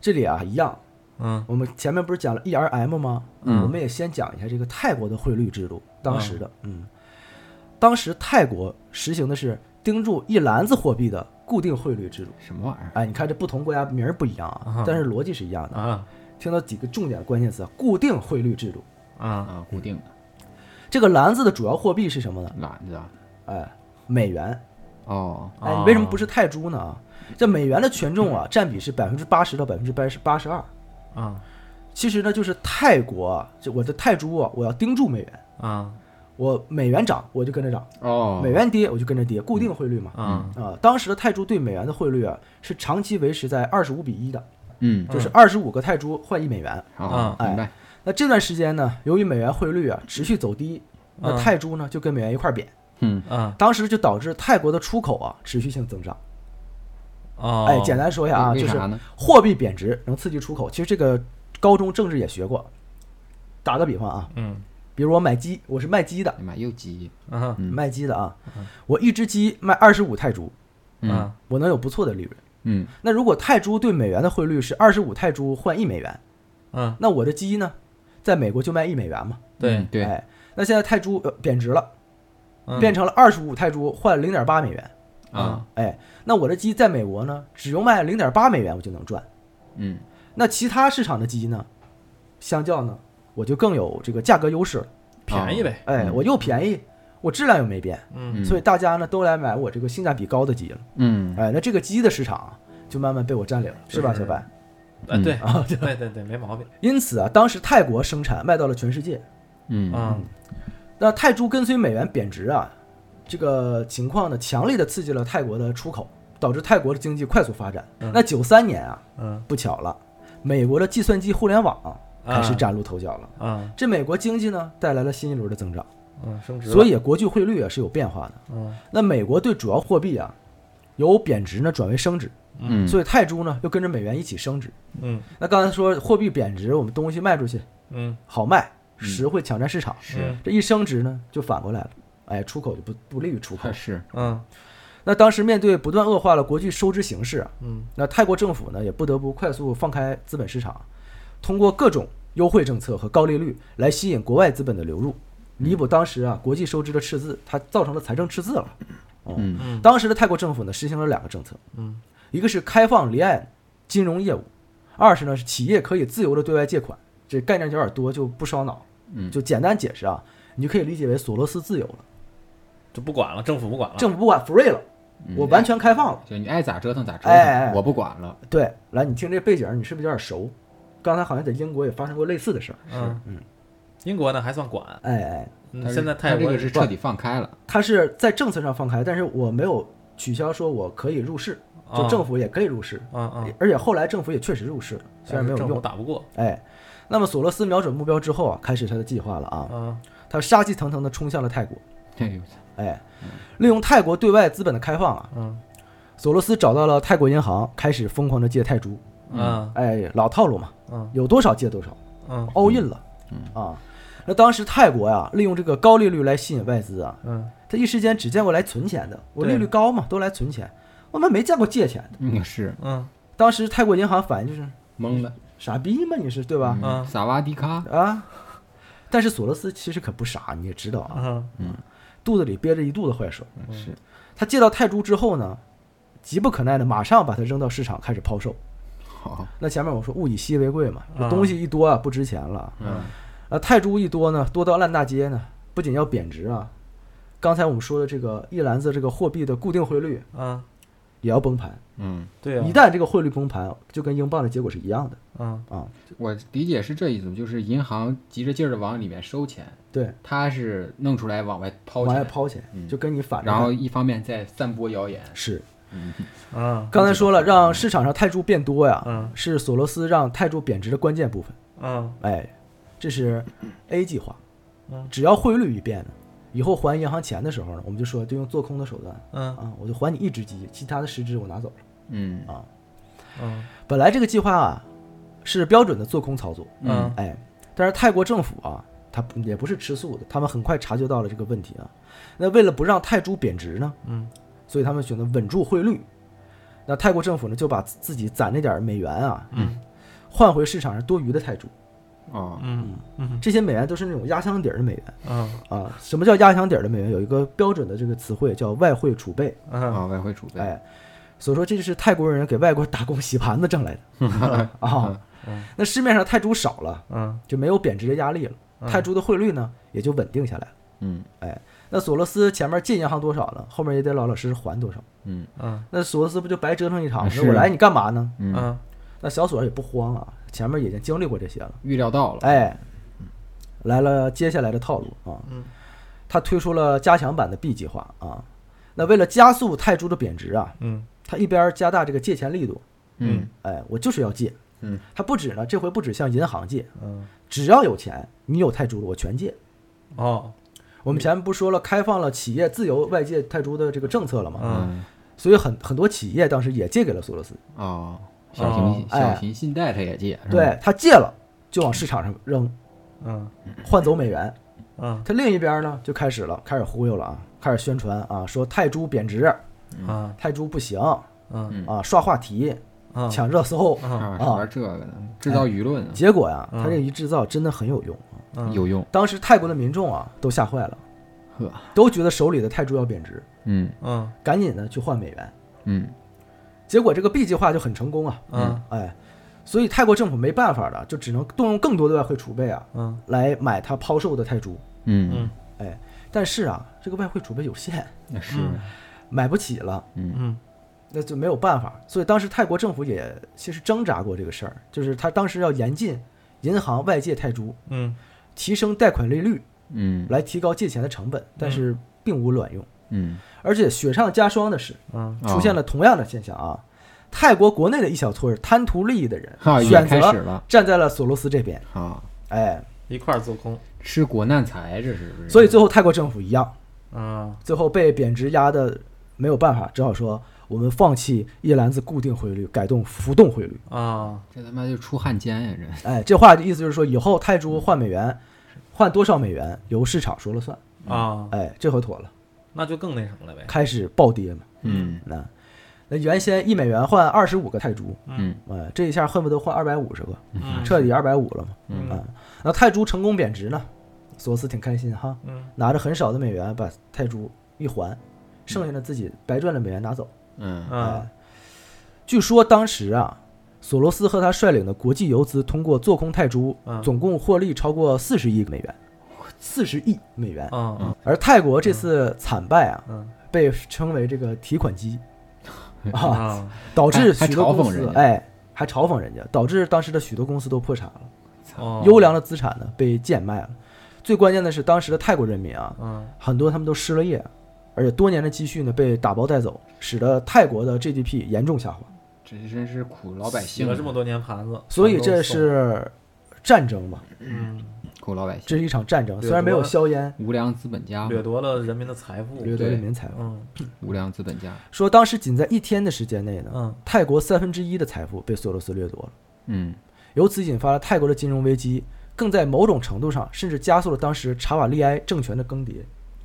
[SPEAKER 1] 这里啊一样，
[SPEAKER 3] 嗯
[SPEAKER 1] 我们前面不是讲了 ERM 吗？
[SPEAKER 2] 嗯
[SPEAKER 1] 我们也先讲一下这个泰国的汇率制度，当时的，嗯，当时泰国实行的是盯住一篮子货币的固定汇率制度。
[SPEAKER 2] 什么玩意儿？
[SPEAKER 1] 哎，你看这不同国家名儿不一样啊
[SPEAKER 3] 啊，
[SPEAKER 1] 但是逻辑是一样的。
[SPEAKER 3] 啊
[SPEAKER 1] 听到几个重点关键词啊：固定汇率制度。
[SPEAKER 3] 啊
[SPEAKER 2] 啊，固定的
[SPEAKER 1] 这个篮子的主要货币是什么呢？
[SPEAKER 2] 懒子啊，
[SPEAKER 1] 哎，美元。
[SPEAKER 2] 哦
[SPEAKER 1] 哎，
[SPEAKER 3] 哦
[SPEAKER 1] 你为什么不是泰铢呢？啊，这美元的权重啊，占比是百分之八十到百分之八十八十二。
[SPEAKER 3] 啊
[SPEAKER 1] 其实呢，就是泰国啊，就我的泰铢啊，我要盯住美元，
[SPEAKER 3] 啊
[SPEAKER 1] 我美元涨我就跟着涨，
[SPEAKER 2] 哦，嗯
[SPEAKER 1] 美元跌我就跟着跌，固定汇率嘛。
[SPEAKER 3] 啊
[SPEAKER 1] 啊，当时的泰铢对美元的汇率啊，是长期维持在二十五比一的，
[SPEAKER 2] 嗯
[SPEAKER 1] 就是二十五个泰铢换一美元。
[SPEAKER 2] 哦，
[SPEAKER 1] 哎
[SPEAKER 2] 明白
[SPEAKER 1] 那这段时间呢，由于美元汇率啊持续走低，那
[SPEAKER 3] 嗯
[SPEAKER 1] 泰铢呢就跟美元一块儿贬，
[SPEAKER 2] 嗯
[SPEAKER 3] 啊
[SPEAKER 1] 当时就导致泰国的出口啊持续性增长。
[SPEAKER 3] 哦
[SPEAKER 1] 哎，简单说一下啊，
[SPEAKER 2] 为
[SPEAKER 1] 就
[SPEAKER 2] 为
[SPEAKER 1] 是
[SPEAKER 2] 啥呢
[SPEAKER 1] 货币贬值能刺激出口。其实这个高中政治也学过。打个比方啊，
[SPEAKER 3] 嗯
[SPEAKER 1] 比如我买鸡，我是卖鸡的，
[SPEAKER 2] 你妈又急
[SPEAKER 3] 啊
[SPEAKER 2] 嗯
[SPEAKER 1] 卖鸡的啊，我一只鸡卖二十五泰铢，
[SPEAKER 2] 嗯
[SPEAKER 3] 啊
[SPEAKER 1] 我能有不错的利润。
[SPEAKER 2] 嗯
[SPEAKER 1] 那如果泰铢对美元的汇率是二十五泰铢换一美元，
[SPEAKER 3] 啊
[SPEAKER 1] 那我的鸡呢，在美国就卖一美元嘛。
[SPEAKER 3] 对
[SPEAKER 2] 嗯对
[SPEAKER 1] 哎，那现在泰铢、呃、贬值了，
[SPEAKER 3] 嗯
[SPEAKER 1] 变成了二十五泰铢换零点八美元。
[SPEAKER 2] 啊
[SPEAKER 1] 哎，那我的鸡在美国呢，只用卖零点八美元我就能赚。
[SPEAKER 2] 嗯
[SPEAKER 1] 那其他市场的鸡呢，相较呢，我就更有这个价格优势了。
[SPEAKER 3] 便宜呗
[SPEAKER 1] 哎，
[SPEAKER 2] 嗯
[SPEAKER 1] 我又便宜，我质量又没变，
[SPEAKER 3] 嗯
[SPEAKER 1] 所以大家呢都来买我这个性价比高的鸡了。
[SPEAKER 2] 嗯
[SPEAKER 1] 哎，那这个鸡的市场啊就慢慢被我占领了，是吧，
[SPEAKER 3] 是
[SPEAKER 1] 小白？
[SPEAKER 3] 啊对对对对没毛病
[SPEAKER 1] 因此啊，当时泰国生产卖到了全世界，
[SPEAKER 2] 嗯
[SPEAKER 3] 啊
[SPEAKER 1] 那泰铢跟随美元贬值啊，这个情况呢，强烈的刺激了泰国的出口，导致泰国的经济快速发展。
[SPEAKER 3] 嗯
[SPEAKER 1] 那九三年啊，
[SPEAKER 3] 嗯
[SPEAKER 1] 不巧了，美国的计算机互联网啊
[SPEAKER 3] 啊
[SPEAKER 1] 开始崭露头角了。
[SPEAKER 3] 啊
[SPEAKER 1] 这美国经济呢，带来了新一轮的增长，
[SPEAKER 3] 嗯升值
[SPEAKER 1] 所以国际汇率啊是有变化的。
[SPEAKER 3] 嗯
[SPEAKER 1] 那美国对主要货币啊，由贬值呢转为升值，
[SPEAKER 2] 嗯
[SPEAKER 1] 所以泰铢呢又跟着美元一起升值。
[SPEAKER 3] 嗯
[SPEAKER 1] 那刚才说货币贬值，我们东西卖出去
[SPEAKER 3] 嗯
[SPEAKER 1] 好卖，实惠抢占市场。
[SPEAKER 2] 是
[SPEAKER 1] 这一升值呢，就反过来了，哎，出口就不不利于出口
[SPEAKER 2] 还。是
[SPEAKER 3] 嗯
[SPEAKER 1] 那当时面对不断恶化了国际收支形势啊，
[SPEAKER 3] 嗯
[SPEAKER 1] 那泰国政府呢也不得不快速放开资本市场，通过各种优惠政策和高利率来吸引国外资本的流入，弥补当时啊国际收支的赤字，它造成了财政赤字了。哦
[SPEAKER 2] 嗯
[SPEAKER 3] 嗯
[SPEAKER 1] 当时的泰国政府呢实行了两个政策，
[SPEAKER 3] 嗯，
[SPEAKER 1] 一个是开放离岸金融业务，二是呢是企业可以自由的对外借款。这概念有点多，就不烧脑，
[SPEAKER 2] 嗯
[SPEAKER 1] 就简单解释啊，你就可以理解为索罗斯自由了，
[SPEAKER 3] 就不管了政府不管了
[SPEAKER 1] 政府不管 free 了，
[SPEAKER 2] 嗯
[SPEAKER 1] 我完全开放了。
[SPEAKER 2] 就你爱咋折腾咋折
[SPEAKER 1] 哎哎
[SPEAKER 2] 腾，我不管了。
[SPEAKER 1] 对，来，你听这背景儿，你是不是有点熟？刚才好像在英国也发生过类似的事儿。
[SPEAKER 3] 嗯嗯英国呢还算管
[SPEAKER 1] 哎哎，
[SPEAKER 3] 嗯
[SPEAKER 2] 但是
[SPEAKER 3] 现在
[SPEAKER 2] 它
[SPEAKER 3] 泰
[SPEAKER 2] 这
[SPEAKER 3] 国
[SPEAKER 2] 个是彻底放开了，
[SPEAKER 1] 它是在政策上放开，但是我没有取消说我可以入市，就
[SPEAKER 3] 啊
[SPEAKER 1] 政府也可以入市，
[SPEAKER 3] 啊啊
[SPEAKER 1] 而且后来政府也确实入市了，虽然没有
[SPEAKER 3] 政府
[SPEAKER 1] 用。
[SPEAKER 3] 打不过
[SPEAKER 1] 哎，那么索罗斯瞄准目标之后啊，开始他的计划了啊，
[SPEAKER 3] 啊，
[SPEAKER 1] 他杀气腾腾地冲向了泰国。
[SPEAKER 2] 哎呦我操
[SPEAKER 1] 哎，利用泰国对外资本的开放啊，
[SPEAKER 3] 嗯
[SPEAKER 1] 索罗斯找到了泰国银行，开始疯狂的借泰铢。
[SPEAKER 3] 嗯
[SPEAKER 1] 哎，老套路嘛，
[SPEAKER 3] 嗯
[SPEAKER 1] 有多少借多少
[SPEAKER 3] 嗯
[SPEAKER 1] ，all in 了啊。那当时泰国呀、利用这个高利率来吸引外资啊，
[SPEAKER 3] 嗯，
[SPEAKER 1] 他一时间只见过来存钱的，我利
[SPEAKER 3] 对
[SPEAKER 1] 率高嘛，都来存钱，我们没见过借钱的。
[SPEAKER 2] 嗯是
[SPEAKER 3] 嗯
[SPEAKER 1] 当时泰国银行反应就是
[SPEAKER 2] 懵了，
[SPEAKER 1] 傻逼嘛，你是对吧？
[SPEAKER 2] 嗯，萨瓦迪卡，
[SPEAKER 1] 啊，但是索罗斯其实可不傻，你也知道啊，
[SPEAKER 3] 嗯
[SPEAKER 1] 肚子里憋着一肚子坏水。
[SPEAKER 2] 嗯
[SPEAKER 1] 嗯
[SPEAKER 2] 是
[SPEAKER 1] 他借到泰铢之后呢，急不可耐的马上把它扔到市场开始抛售。
[SPEAKER 2] 好，
[SPEAKER 1] 那前面我说物以稀为贵嘛，这
[SPEAKER 3] 啊
[SPEAKER 1] 东西一多啊不值钱了，
[SPEAKER 2] 嗯
[SPEAKER 1] 啊泰铢一多呢，多到烂大街呢，不仅要贬值啊，刚才我们说的这个一篮子这个货币的固定汇率
[SPEAKER 3] 嗯，
[SPEAKER 1] 也要崩盘，
[SPEAKER 2] 嗯，
[SPEAKER 3] 对啊
[SPEAKER 1] 一，旦这个汇率崩盘，就跟英镑的结果是一样的
[SPEAKER 3] 嗯
[SPEAKER 1] 啊，
[SPEAKER 2] 我理解是这意思，就是银行急着劲儿的往里面收钱，
[SPEAKER 1] 对，
[SPEAKER 2] 他是弄出来往外抛
[SPEAKER 1] 往外
[SPEAKER 2] 钱，
[SPEAKER 1] 抛钱，
[SPEAKER 2] 嗯
[SPEAKER 1] 就跟你反着
[SPEAKER 2] 然后
[SPEAKER 1] 干
[SPEAKER 2] 一方面在散播谣言，
[SPEAKER 1] 是
[SPEAKER 3] 嗯
[SPEAKER 1] 刚才说了，让市场上泰铢变多呀，
[SPEAKER 3] 嗯
[SPEAKER 1] 是索罗斯让泰铢贬值的关键部分。
[SPEAKER 3] 嗯
[SPEAKER 1] 哎，这是 A 计划
[SPEAKER 3] 嗯。
[SPEAKER 1] 只要汇率一变呢，以后还银行钱的时候呢，我们就说就用做空的手段
[SPEAKER 3] 嗯
[SPEAKER 1] 啊，我就还你一只鸡，其他的十只我拿走了。
[SPEAKER 2] 嗯
[SPEAKER 3] 嗯
[SPEAKER 1] 本来这个计划啊是标准的做空操作，
[SPEAKER 3] 嗯
[SPEAKER 1] 哎，但是泰国政府啊，他也不是吃素的，他们很快察觉到了这个问题啊。那为了不让泰铢贬值呢，
[SPEAKER 3] 嗯，
[SPEAKER 1] 所以他们选择稳住汇率。那泰国政府呢，就把自自己攒那点儿美元啊，
[SPEAKER 3] 嗯，
[SPEAKER 1] 换回市场上多余的泰铢。啊
[SPEAKER 2] 哦，
[SPEAKER 3] 嗯嗯
[SPEAKER 1] 这些美元都是那种压箱底儿的美元
[SPEAKER 3] 嗯
[SPEAKER 1] 啊。什么叫压箱底儿的美元？有一个标准的这个词汇叫外汇储备。
[SPEAKER 3] 嗯
[SPEAKER 2] 啊，外汇储备，
[SPEAKER 1] 哎，所以说这就是泰国人给外国打工洗盘子挣来 的啊。
[SPEAKER 2] 嗯
[SPEAKER 1] 那市面上泰铢少了，
[SPEAKER 3] 嗯
[SPEAKER 1] 就没有贬值的压力了，泰铢的汇率呢也就稳定下来了。哎
[SPEAKER 2] 嗯
[SPEAKER 1] 那索罗斯前面借银行多少呢？后面也得老老实实还多少。
[SPEAKER 2] 嗯
[SPEAKER 3] 嗯
[SPEAKER 1] 那索罗斯不就白折腾一场？
[SPEAKER 2] 是啊
[SPEAKER 1] 那我来你干嘛呢？
[SPEAKER 2] 嗯，
[SPEAKER 3] 嗯
[SPEAKER 1] 那小索也不慌啊，前面已经经历过这些了。
[SPEAKER 2] 预料到了，
[SPEAKER 1] 哎，来了接下来的套路啊，
[SPEAKER 3] 嗯
[SPEAKER 1] 他推出了加强版的 B 计划啊。那为了加速泰铢的贬值啊，
[SPEAKER 3] 嗯
[SPEAKER 1] 他一边加大这个借钱力度，
[SPEAKER 2] 嗯
[SPEAKER 1] 哎，我就是要借。
[SPEAKER 2] 嗯，
[SPEAKER 1] 他不止呢，这回不止向银行借，
[SPEAKER 3] 嗯
[SPEAKER 1] 只要有钱，你有泰铢了，我全借。
[SPEAKER 3] 哦
[SPEAKER 1] 我们前面不说了，开放了企业自由外借泰铢的这个政策了吗？
[SPEAKER 3] 嗯
[SPEAKER 2] 嗯，
[SPEAKER 1] 所以很很多企业当时也借给了索罗斯，
[SPEAKER 2] 哦，哎小型小型信贷他也借，是吧，
[SPEAKER 1] 对他借了就往市场上扔，
[SPEAKER 3] 嗯
[SPEAKER 1] 换走美元。
[SPEAKER 3] 嗯
[SPEAKER 1] 他另一边呢就开始了，开始忽悠了啊，开始宣传啊，说泰铢贬值，
[SPEAKER 3] 啊
[SPEAKER 1] 泰铢不行
[SPEAKER 3] 嗯
[SPEAKER 1] 啊，刷话题，
[SPEAKER 3] 嗯
[SPEAKER 1] 抢热搜。
[SPEAKER 3] 嗯
[SPEAKER 2] 啊，是玩这个的，制造舆论啊
[SPEAKER 1] 结果呀，
[SPEAKER 3] 嗯
[SPEAKER 1] 他这一制造真的很有用啊。
[SPEAKER 3] 嗯
[SPEAKER 2] 有用，
[SPEAKER 1] 当时泰国的民众啊都吓坏了，
[SPEAKER 2] 呵，
[SPEAKER 1] 都觉得手里的泰铢要贬值，
[SPEAKER 2] 嗯
[SPEAKER 3] 嗯
[SPEAKER 1] 赶紧呢去换美元。
[SPEAKER 2] 嗯
[SPEAKER 1] 结果这个 B 计划就很成功啊，
[SPEAKER 3] 嗯
[SPEAKER 1] 哎，所以泰国政府没办法了，就只能动用更多的外汇储备啊，
[SPEAKER 3] 嗯
[SPEAKER 1] 来买他抛售的泰铢。
[SPEAKER 2] 嗯
[SPEAKER 3] 嗯
[SPEAKER 1] 哎，但是啊，这个外汇储备有限，
[SPEAKER 2] 那是，
[SPEAKER 1] 买不起了，
[SPEAKER 3] 嗯
[SPEAKER 1] 那就没有办法。所以当时泰国政府也其实挣扎过这个事儿，就是他当时要严禁银行外借泰铢，
[SPEAKER 3] 嗯
[SPEAKER 1] 提升贷款利率
[SPEAKER 2] 嗯
[SPEAKER 1] 来提高借钱的成本，但是并无卵用。
[SPEAKER 2] 嗯，
[SPEAKER 1] 而且雪上加霜的是，
[SPEAKER 3] 嗯
[SPEAKER 2] 啊
[SPEAKER 1] 出现了同样的现象啊。泰国国内的一小撮儿贪图利益的人
[SPEAKER 2] 哈，，也
[SPEAKER 1] 选
[SPEAKER 2] 嗯开始
[SPEAKER 1] 择
[SPEAKER 2] 了
[SPEAKER 1] 站在了索罗斯这边。
[SPEAKER 2] 啊，
[SPEAKER 1] 哎，
[SPEAKER 3] 一块儿做空
[SPEAKER 2] 吃国难财，这是不是？
[SPEAKER 1] 所以最后泰国政府一样，
[SPEAKER 3] 嗯
[SPEAKER 1] 最后被贬值压的没有办法，只好说我们放弃一篮子固定汇率，改动浮动汇率。
[SPEAKER 3] 啊
[SPEAKER 2] 这他妈就出汉奸呀！这
[SPEAKER 1] 哎，这话的意思就是说，以后泰铢换美元，换多少美元由市场说了算。
[SPEAKER 3] 啊，
[SPEAKER 1] 哎，这回妥了，
[SPEAKER 3] 那就更那什么了呗。
[SPEAKER 1] 开始暴跌嘛。
[SPEAKER 2] 嗯
[SPEAKER 1] 那那原先一美元换二十五个泰铢，
[SPEAKER 2] 嗯
[SPEAKER 1] 哎，这一下恨不得换二百五十个，
[SPEAKER 3] 嗯
[SPEAKER 1] 彻底二百五了嘛。
[SPEAKER 3] 嗯
[SPEAKER 1] 啊，那泰铢成功贬值呢，索斯挺开心哈，
[SPEAKER 3] 嗯
[SPEAKER 1] 拿着很少的美元把泰铢一还，剩下的自己白赚的美元拿走。
[SPEAKER 2] 嗯
[SPEAKER 3] 嗯
[SPEAKER 1] 哎，据说当时啊，索罗斯和他率领的国际游资通过做空泰铢，
[SPEAKER 2] 啊
[SPEAKER 3] 嗯
[SPEAKER 1] 总共获利超过四十亿美元，四十亿美元。
[SPEAKER 2] 啊
[SPEAKER 3] 嗯
[SPEAKER 1] 而泰国这次惨败啊，
[SPEAKER 3] 嗯
[SPEAKER 1] 被称为这个提款 机啊，
[SPEAKER 3] 啊
[SPEAKER 1] 导致
[SPEAKER 2] 还
[SPEAKER 1] 许多公
[SPEAKER 2] 还嘲讽人
[SPEAKER 1] 司
[SPEAKER 2] 家
[SPEAKER 1] 哎还嘲讽人家，导致当时的许多公司都破产了，
[SPEAKER 3] 哦
[SPEAKER 1] 优良的资产呢被贱卖了。最关键的是，当时的泰国人民啊，
[SPEAKER 3] 嗯
[SPEAKER 1] 很多他们都失了业，而且多年的积蓄呢被打包带走，使得泰国的 GDP 严重下滑。
[SPEAKER 2] 这真是苦老百姓
[SPEAKER 3] 洗了这么多年盘子，
[SPEAKER 1] 所以这是战争嘛，
[SPEAKER 3] 嗯，
[SPEAKER 2] 苦老百姓，
[SPEAKER 1] 这是一场战争，
[SPEAKER 3] 掠
[SPEAKER 1] 虽然没有
[SPEAKER 3] 夺
[SPEAKER 1] 硝烟，
[SPEAKER 2] 无良资本家嘛，
[SPEAKER 3] 掠夺了人民的财富。
[SPEAKER 1] 掠夺
[SPEAKER 2] 对
[SPEAKER 1] 人民财富。
[SPEAKER 3] 嗯
[SPEAKER 2] 无良资本家，
[SPEAKER 1] 说当时仅在一天的时间内呢，
[SPEAKER 3] 嗯
[SPEAKER 1] 泰国三分之一的财富被索罗斯掠夺了，
[SPEAKER 2] 嗯，
[SPEAKER 1] 由此引发了泰国的金融危机，更在某种程度上甚至加速了当时查瓦利埃政权的更迭。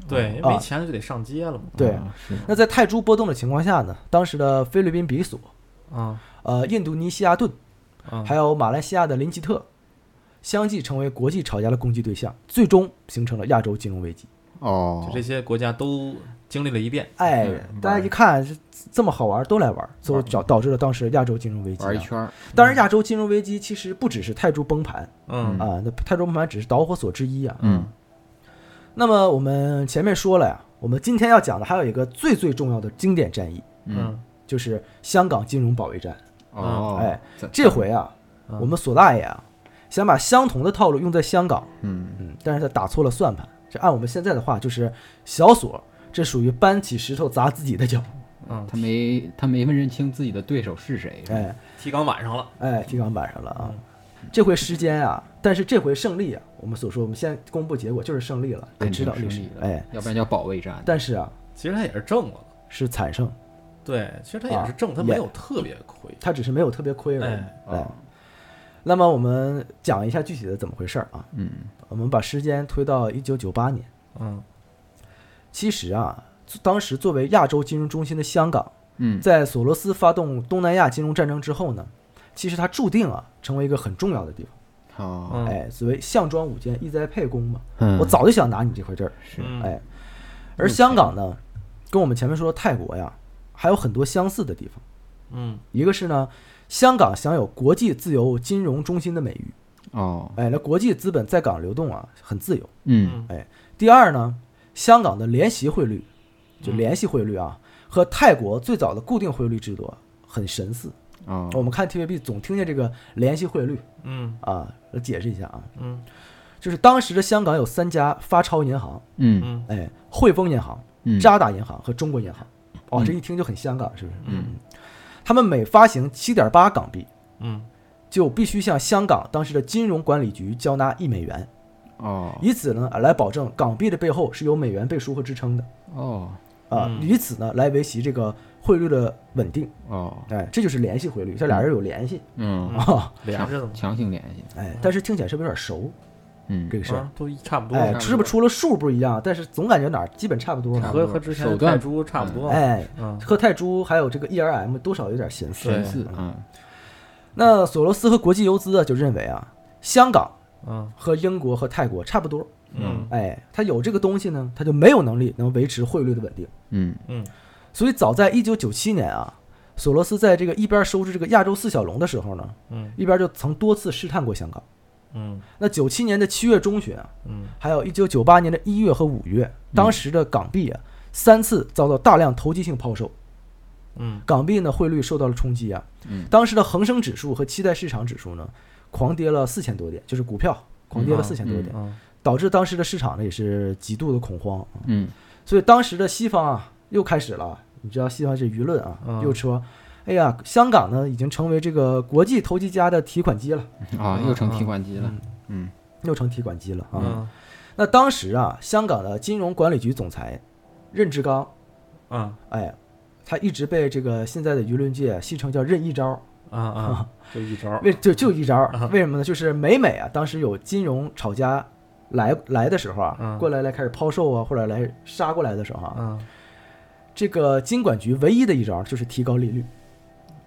[SPEAKER 3] 对，因为
[SPEAKER 1] 啊
[SPEAKER 3] 没钱就得上街了嘛。
[SPEAKER 1] 对
[SPEAKER 2] 啊是，
[SPEAKER 1] 那在泰铢波动的情况下呢，当时的菲律宾比索、
[SPEAKER 3] 啊
[SPEAKER 1] 呃印度尼西亚盾，
[SPEAKER 3] 啊，
[SPEAKER 1] 还有马来西亚的林吉特，相继成为国际炒家的攻击对象，最终形成了亚洲金融危机。
[SPEAKER 2] 哦
[SPEAKER 3] 就，这些国家都经历了一遍。
[SPEAKER 1] 哎
[SPEAKER 2] 嗯，
[SPEAKER 1] 大家一看是这么好玩，都来玩，最后
[SPEAKER 2] 玩
[SPEAKER 1] 导导致了当时亚洲金融危机啊。
[SPEAKER 2] 玩一圈儿，
[SPEAKER 1] 当然，亚洲金融危机其实不只是泰铢崩盘
[SPEAKER 3] 嗯
[SPEAKER 1] 啊，那泰铢崩盘只是导火索之一啊。
[SPEAKER 2] 嗯
[SPEAKER 1] 那么我们前面说了呀，我们今天要讲的还有一个最最重要的经典战役，
[SPEAKER 2] 嗯，
[SPEAKER 1] 就是香港金融保卫战。
[SPEAKER 2] 哦，
[SPEAKER 1] 哎
[SPEAKER 2] 咱，
[SPEAKER 1] 这回啊，
[SPEAKER 3] 嗯
[SPEAKER 1] 我们索大爷啊，想把相同的套路用在香港，
[SPEAKER 2] 嗯
[SPEAKER 1] 嗯，但是他打错了算盘。这按我们现在的话就是小索，这属于搬起石头砸自己的脚。
[SPEAKER 3] 嗯，
[SPEAKER 2] 他没他没认清自己的对手是谁，是吧
[SPEAKER 1] 哎
[SPEAKER 3] 提纲晚上了。
[SPEAKER 1] 哎，提纲板上了啊。这回时间啊，但是这回胜利啊，我们所说，我们先公布结果就是胜利了，得
[SPEAKER 2] 肯定
[SPEAKER 1] 知道历
[SPEAKER 2] 胜
[SPEAKER 1] 史
[SPEAKER 2] 利。了
[SPEAKER 1] 哎，
[SPEAKER 2] 要不然叫保卫战，
[SPEAKER 1] 但是啊，
[SPEAKER 3] 其实他也是挣了，
[SPEAKER 1] 是惨胜，
[SPEAKER 3] 对，其实他也是挣，他
[SPEAKER 1] 啊
[SPEAKER 3] 没有特别亏。
[SPEAKER 1] 他只是没有特别亏而已。
[SPEAKER 3] 哎
[SPEAKER 1] 哎
[SPEAKER 2] 哦，
[SPEAKER 1] 那么我们讲一下具体的怎么回事儿啊？
[SPEAKER 2] 嗯
[SPEAKER 1] 我们把时间推到一九九八年。
[SPEAKER 3] 嗯
[SPEAKER 1] 其实啊，当时作为亚洲金融中心的香港，
[SPEAKER 2] 嗯
[SPEAKER 1] 在索罗斯发动东南亚金融战争之后呢，其实它注定啊成为一个很重要的地方。
[SPEAKER 2] 好，
[SPEAKER 3] 嗯
[SPEAKER 1] 哎，所谓项庄舞剑，意在沛公嘛。
[SPEAKER 2] 哦嗯
[SPEAKER 1] 我早就想拿你这块地儿。
[SPEAKER 2] 是
[SPEAKER 3] 嗯
[SPEAKER 1] 哎，而香港呢，跟我们前面说的泰国呀，还有很多相似的地方。
[SPEAKER 3] 嗯
[SPEAKER 1] 一个是呢，香港享有国际自由金融中心的美誉，
[SPEAKER 2] 哦，
[SPEAKER 1] 哎，那国际资本在港流动啊很自由。
[SPEAKER 2] 嗯
[SPEAKER 3] 嗯
[SPEAKER 1] 第二呢，香港的联席汇率，就联系汇率啊，和泰国最早的固定汇率制度啊很神似。
[SPEAKER 2] 哦，
[SPEAKER 1] 我们看 TVB 总听见这个联系汇率
[SPEAKER 3] 嗯
[SPEAKER 1] 啊，我解释一下啊，
[SPEAKER 3] 嗯
[SPEAKER 1] 就是当时的香港有三家发钞银行，
[SPEAKER 2] 嗯
[SPEAKER 3] 嗯
[SPEAKER 1] 哎，汇丰银行、
[SPEAKER 2] 嗯，
[SPEAKER 1] 渣打银行和中国银行。哦，
[SPEAKER 2] 嗯
[SPEAKER 1] 这一听就很香港，是不是？
[SPEAKER 3] 嗯
[SPEAKER 1] 他们每发行七点八港币，
[SPEAKER 3] 嗯
[SPEAKER 1] 就必须向香港当时的金融管理局交纳一美元，
[SPEAKER 2] 哦
[SPEAKER 1] 以此呢来保证港币的背后是有美元背书和支撑的。
[SPEAKER 2] 哦
[SPEAKER 1] 啊，
[SPEAKER 3] 嗯
[SPEAKER 1] 以此呢来维系这个汇率的稳定。
[SPEAKER 2] 哦，
[SPEAKER 1] 哎，这就是联系汇率，这俩人有联系
[SPEAKER 2] 嗯，
[SPEAKER 1] 啊、
[SPEAKER 3] 连着的嘛，
[SPEAKER 2] 强行联系，
[SPEAKER 1] 哎，但是听起来是不是有点熟
[SPEAKER 2] 嗯
[SPEAKER 1] 这，个事儿？
[SPEAKER 3] 啊都一差不多，
[SPEAKER 1] 哎，
[SPEAKER 2] 差不多
[SPEAKER 1] 是不是除了数不一样，但是总感觉哪儿基本差不多
[SPEAKER 2] 差
[SPEAKER 1] 呢？
[SPEAKER 2] 不多
[SPEAKER 3] 和和之前
[SPEAKER 2] 手
[SPEAKER 3] 的
[SPEAKER 2] 段
[SPEAKER 3] 泰铢差不多。
[SPEAKER 1] 哎，
[SPEAKER 3] 嗯
[SPEAKER 1] 和泰铢还有这个 ERM 多少有点相似。
[SPEAKER 3] 对
[SPEAKER 2] 神似啊，
[SPEAKER 1] 那索罗斯和国际游资啊就认为啊，香港
[SPEAKER 3] 嗯
[SPEAKER 1] 和英国和泰国差不多，
[SPEAKER 3] 嗯
[SPEAKER 1] 哎，它有这个东西呢，它就没有能力能维持汇率的稳定。
[SPEAKER 2] 嗯
[SPEAKER 3] 嗯
[SPEAKER 1] 所以早在一九九七年啊，索罗斯在这个一边收拾这个亚洲四小龙的时候呢，
[SPEAKER 3] 嗯
[SPEAKER 1] 一边就曾多次试探过香港。
[SPEAKER 3] 嗯
[SPEAKER 1] 那九七年的七月中旬啊，
[SPEAKER 3] 嗯
[SPEAKER 1] 还有一九九八年的一月和五月，当时的港币啊三次遭到大量投机性抛售，
[SPEAKER 3] 嗯
[SPEAKER 1] 港币呢汇率受到了冲击啊。
[SPEAKER 2] 嗯
[SPEAKER 1] 当时的恒生指数和期待市场指数呢，狂跌了四千多点，就是股票狂跌了
[SPEAKER 3] 嗯
[SPEAKER 1] 四千多点，
[SPEAKER 3] 嗯
[SPEAKER 1] 导致当时的市场呢也是极度的恐慌。啊
[SPEAKER 2] 嗯
[SPEAKER 1] 所以当时的西方啊又开始了，你知道西方这舆论啊、
[SPEAKER 3] 嗯
[SPEAKER 1] 又说，哎呀，香港呢已经成为这个国际投机家的提款机了，
[SPEAKER 2] 啊，又
[SPEAKER 1] 嗯
[SPEAKER 2] 成提款机了，嗯
[SPEAKER 1] 又成提款机了啊。
[SPEAKER 3] 嗯
[SPEAKER 1] 那当时啊，香港的金融管理局总裁任志刚，
[SPEAKER 3] 啊
[SPEAKER 1] 哎，他一直被这个现在的舆论界戏称叫“任一招
[SPEAKER 3] 啊啊，就一招”，。
[SPEAKER 1] 嗯为就就一招
[SPEAKER 3] 啊，
[SPEAKER 1] 为什么呢？就是每每啊，当时有金融炒家来来的时候啊，
[SPEAKER 3] 嗯
[SPEAKER 1] 过来来开始抛售啊，或者来杀过来的时候啊，
[SPEAKER 3] 嗯
[SPEAKER 1] 这个金管局唯一的一招就是提高利率，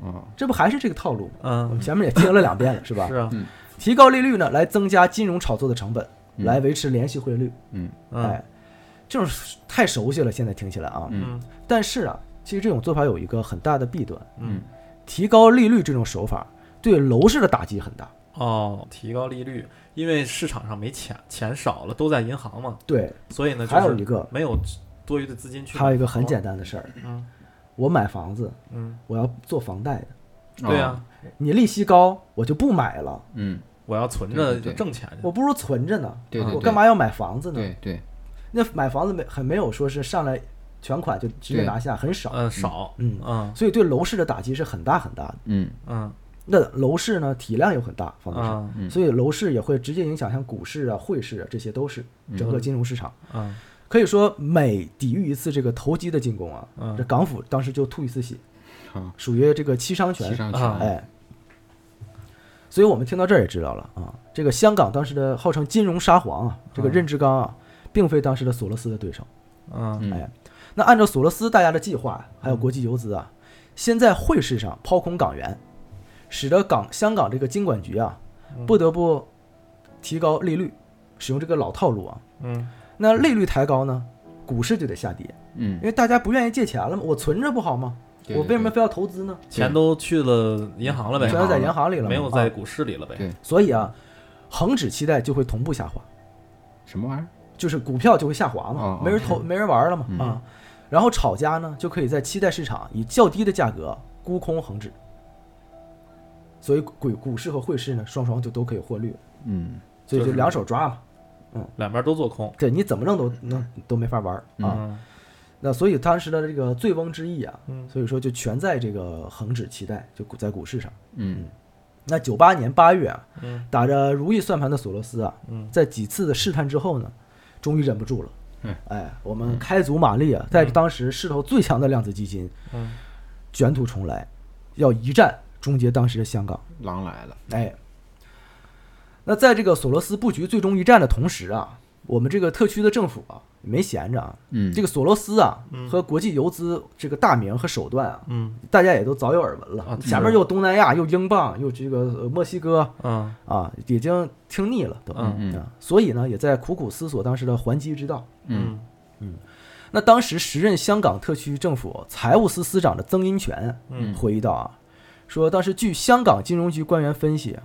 [SPEAKER 2] 哦
[SPEAKER 1] 这不还是这个套路吗？我们
[SPEAKER 3] 嗯，
[SPEAKER 1] 前面也听了两遍了，是吧？
[SPEAKER 3] 是啊，
[SPEAKER 1] 提高利率呢，来增加金融炒作的成本，
[SPEAKER 2] 嗯
[SPEAKER 1] 来维持联系汇率。
[SPEAKER 2] 嗯
[SPEAKER 1] 哎，这种太熟悉了，现在听起来啊。
[SPEAKER 3] 嗯
[SPEAKER 1] 但是啊，其实这种做法有一个很大的弊端，
[SPEAKER 2] 嗯
[SPEAKER 3] 嗯
[SPEAKER 1] 提高利率这种手法对楼市的打击很大。
[SPEAKER 3] 哦，提高利率，因为市场上没钱，钱少了，都在银行嘛，
[SPEAKER 1] 对，
[SPEAKER 3] 所以呢，就
[SPEAKER 1] 还有
[SPEAKER 3] 是
[SPEAKER 1] 一个，
[SPEAKER 3] 没有多余的资金去。
[SPEAKER 1] 还有一个很简单的事儿，
[SPEAKER 3] 嗯
[SPEAKER 1] 我买房子，
[SPEAKER 3] 嗯，
[SPEAKER 1] 我要做房贷的，
[SPEAKER 3] 对啊呀，
[SPEAKER 1] 你利息高，我就不买了，
[SPEAKER 2] 嗯
[SPEAKER 3] 我要存着
[SPEAKER 2] 对对对
[SPEAKER 3] 挣钱去。
[SPEAKER 1] 我不如存着呢。
[SPEAKER 2] 对对
[SPEAKER 1] 我
[SPEAKER 2] 对
[SPEAKER 1] 干嘛要买房子呢？
[SPEAKER 2] 对对
[SPEAKER 1] 那买房子没很没有说是上来全款就直接
[SPEAKER 2] 对
[SPEAKER 3] 呃
[SPEAKER 1] 拿下，很少。
[SPEAKER 3] 嗯，少，
[SPEAKER 1] 嗯
[SPEAKER 3] 嗯
[SPEAKER 1] 所以对楼市的打击是很大很大的。
[SPEAKER 2] 嗯
[SPEAKER 3] 嗯
[SPEAKER 1] 那楼市呢体量又很大，房地产，
[SPEAKER 3] 啊
[SPEAKER 2] 嗯
[SPEAKER 1] 所以楼市也会直接影响像股市啊、汇市啊，这些都是
[SPEAKER 2] 嗯
[SPEAKER 1] 整个金融市场。
[SPEAKER 3] 啊
[SPEAKER 1] 可以说每抵御一次这个投机的进攻啊，
[SPEAKER 3] 嗯
[SPEAKER 1] 这港府当时就吐一次血，
[SPEAKER 2] 好，
[SPEAKER 1] 属于这个七伤拳
[SPEAKER 2] 嗯七。伤
[SPEAKER 3] 啊
[SPEAKER 2] 拳，
[SPEAKER 1] 哎，所以我们听到这儿也知道了啊，这个香港当时的号称金融沙皇啊，这个
[SPEAKER 3] 嗯
[SPEAKER 1] 任志刚啊，并非当时的索罗斯的对手。
[SPEAKER 3] 啊
[SPEAKER 2] 嗯
[SPEAKER 1] 哎，那按照索罗斯大家的计划，还有国际游资啊，先在汇市上抛空港元，使得港香港这个金管局啊
[SPEAKER 3] 嗯
[SPEAKER 1] 不得不提高利率，使用这个老套路啊。
[SPEAKER 3] 嗯
[SPEAKER 1] 那利率抬高呢，股市就得下跌，
[SPEAKER 2] 嗯
[SPEAKER 1] 因，为大家不愿意借钱了嘛，我存着不好吗？
[SPEAKER 2] 对
[SPEAKER 1] 我为什么？非要投资呢？
[SPEAKER 3] 钱都去了银行了呗，
[SPEAKER 1] 全都在嗯银行里了嘛，
[SPEAKER 3] 啊没有
[SPEAKER 1] 啊
[SPEAKER 3] 在股市里了呗
[SPEAKER 2] 对。
[SPEAKER 1] 所以啊，恒指期待就会同步下滑，
[SPEAKER 2] 对什么玩意儿？
[SPEAKER 1] 就是股票就会下滑嘛，
[SPEAKER 2] 哦哦
[SPEAKER 1] 没人投，没人玩了嘛、
[SPEAKER 2] 嗯
[SPEAKER 1] 啊。然后炒家呢，就可以在期待市场以较低的价格沽空恒指，所以股股市和汇市呢，双双就都可以获利，
[SPEAKER 2] 嗯
[SPEAKER 1] 所以
[SPEAKER 3] 就
[SPEAKER 1] 就是两手抓嘛。
[SPEAKER 3] 两边都做空
[SPEAKER 1] 这你怎么弄都弄都没法玩儿啊。
[SPEAKER 3] 嗯
[SPEAKER 1] 那所以当时的这个醉翁之意啊，
[SPEAKER 3] 嗯
[SPEAKER 1] 所以说就全在这个恒指期待，就股在股市上。
[SPEAKER 2] 嗯
[SPEAKER 1] 那九八年八月啊，
[SPEAKER 3] 嗯
[SPEAKER 1] 打着如意算盘的索罗斯啊，
[SPEAKER 3] 嗯
[SPEAKER 1] 在几次的试探之后呢，终于忍不住了
[SPEAKER 2] 嗯。
[SPEAKER 1] 哎，我们开足马力啊，在当时势头最强的量子基金
[SPEAKER 3] 嗯
[SPEAKER 1] 卷土重来，要一战终结当时的香港。
[SPEAKER 2] 狼来了，
[SPEAKER 1] 哎，那在这个索罗斯布局最终一战的同时啊，我们这个特区的政府啊也没闲着啊，
[SPEAKER 2] 嗯，
[SPEAKER 1] 这个
[SPEAKER 2] 个
[SPEAKER 1] 索罗斯啊和国际游资这个大名和手段啊，
[SPEAKER 3] 嗯
[SPEAKER 1] 大家也都早有耳闻了
[SPEAKER 3] 啊。
[SPEAKER 1] 前面又东南亚，又英镑，又这个呃墨西哥，
[SPEAKER 3] 嗯
[SPEAKER 1] 啊，已经听腻了都，
[SPEAKER 3] 嗯
[SPEAKER 2] 嗯
[SPEAKER 1] 啊，所以呢，也在苦苦思索当时的还击之道。
[SPEAKER 2] 嗯
[SPEAKER 3] 嗯
[SPEAKER 1] 那当时时任香港特区政府财务司司长的曾荫权
[SPEAKER 3] 嗯
[SPEAKER 1] 回忆到啊，说当时据香港金融局官员分析，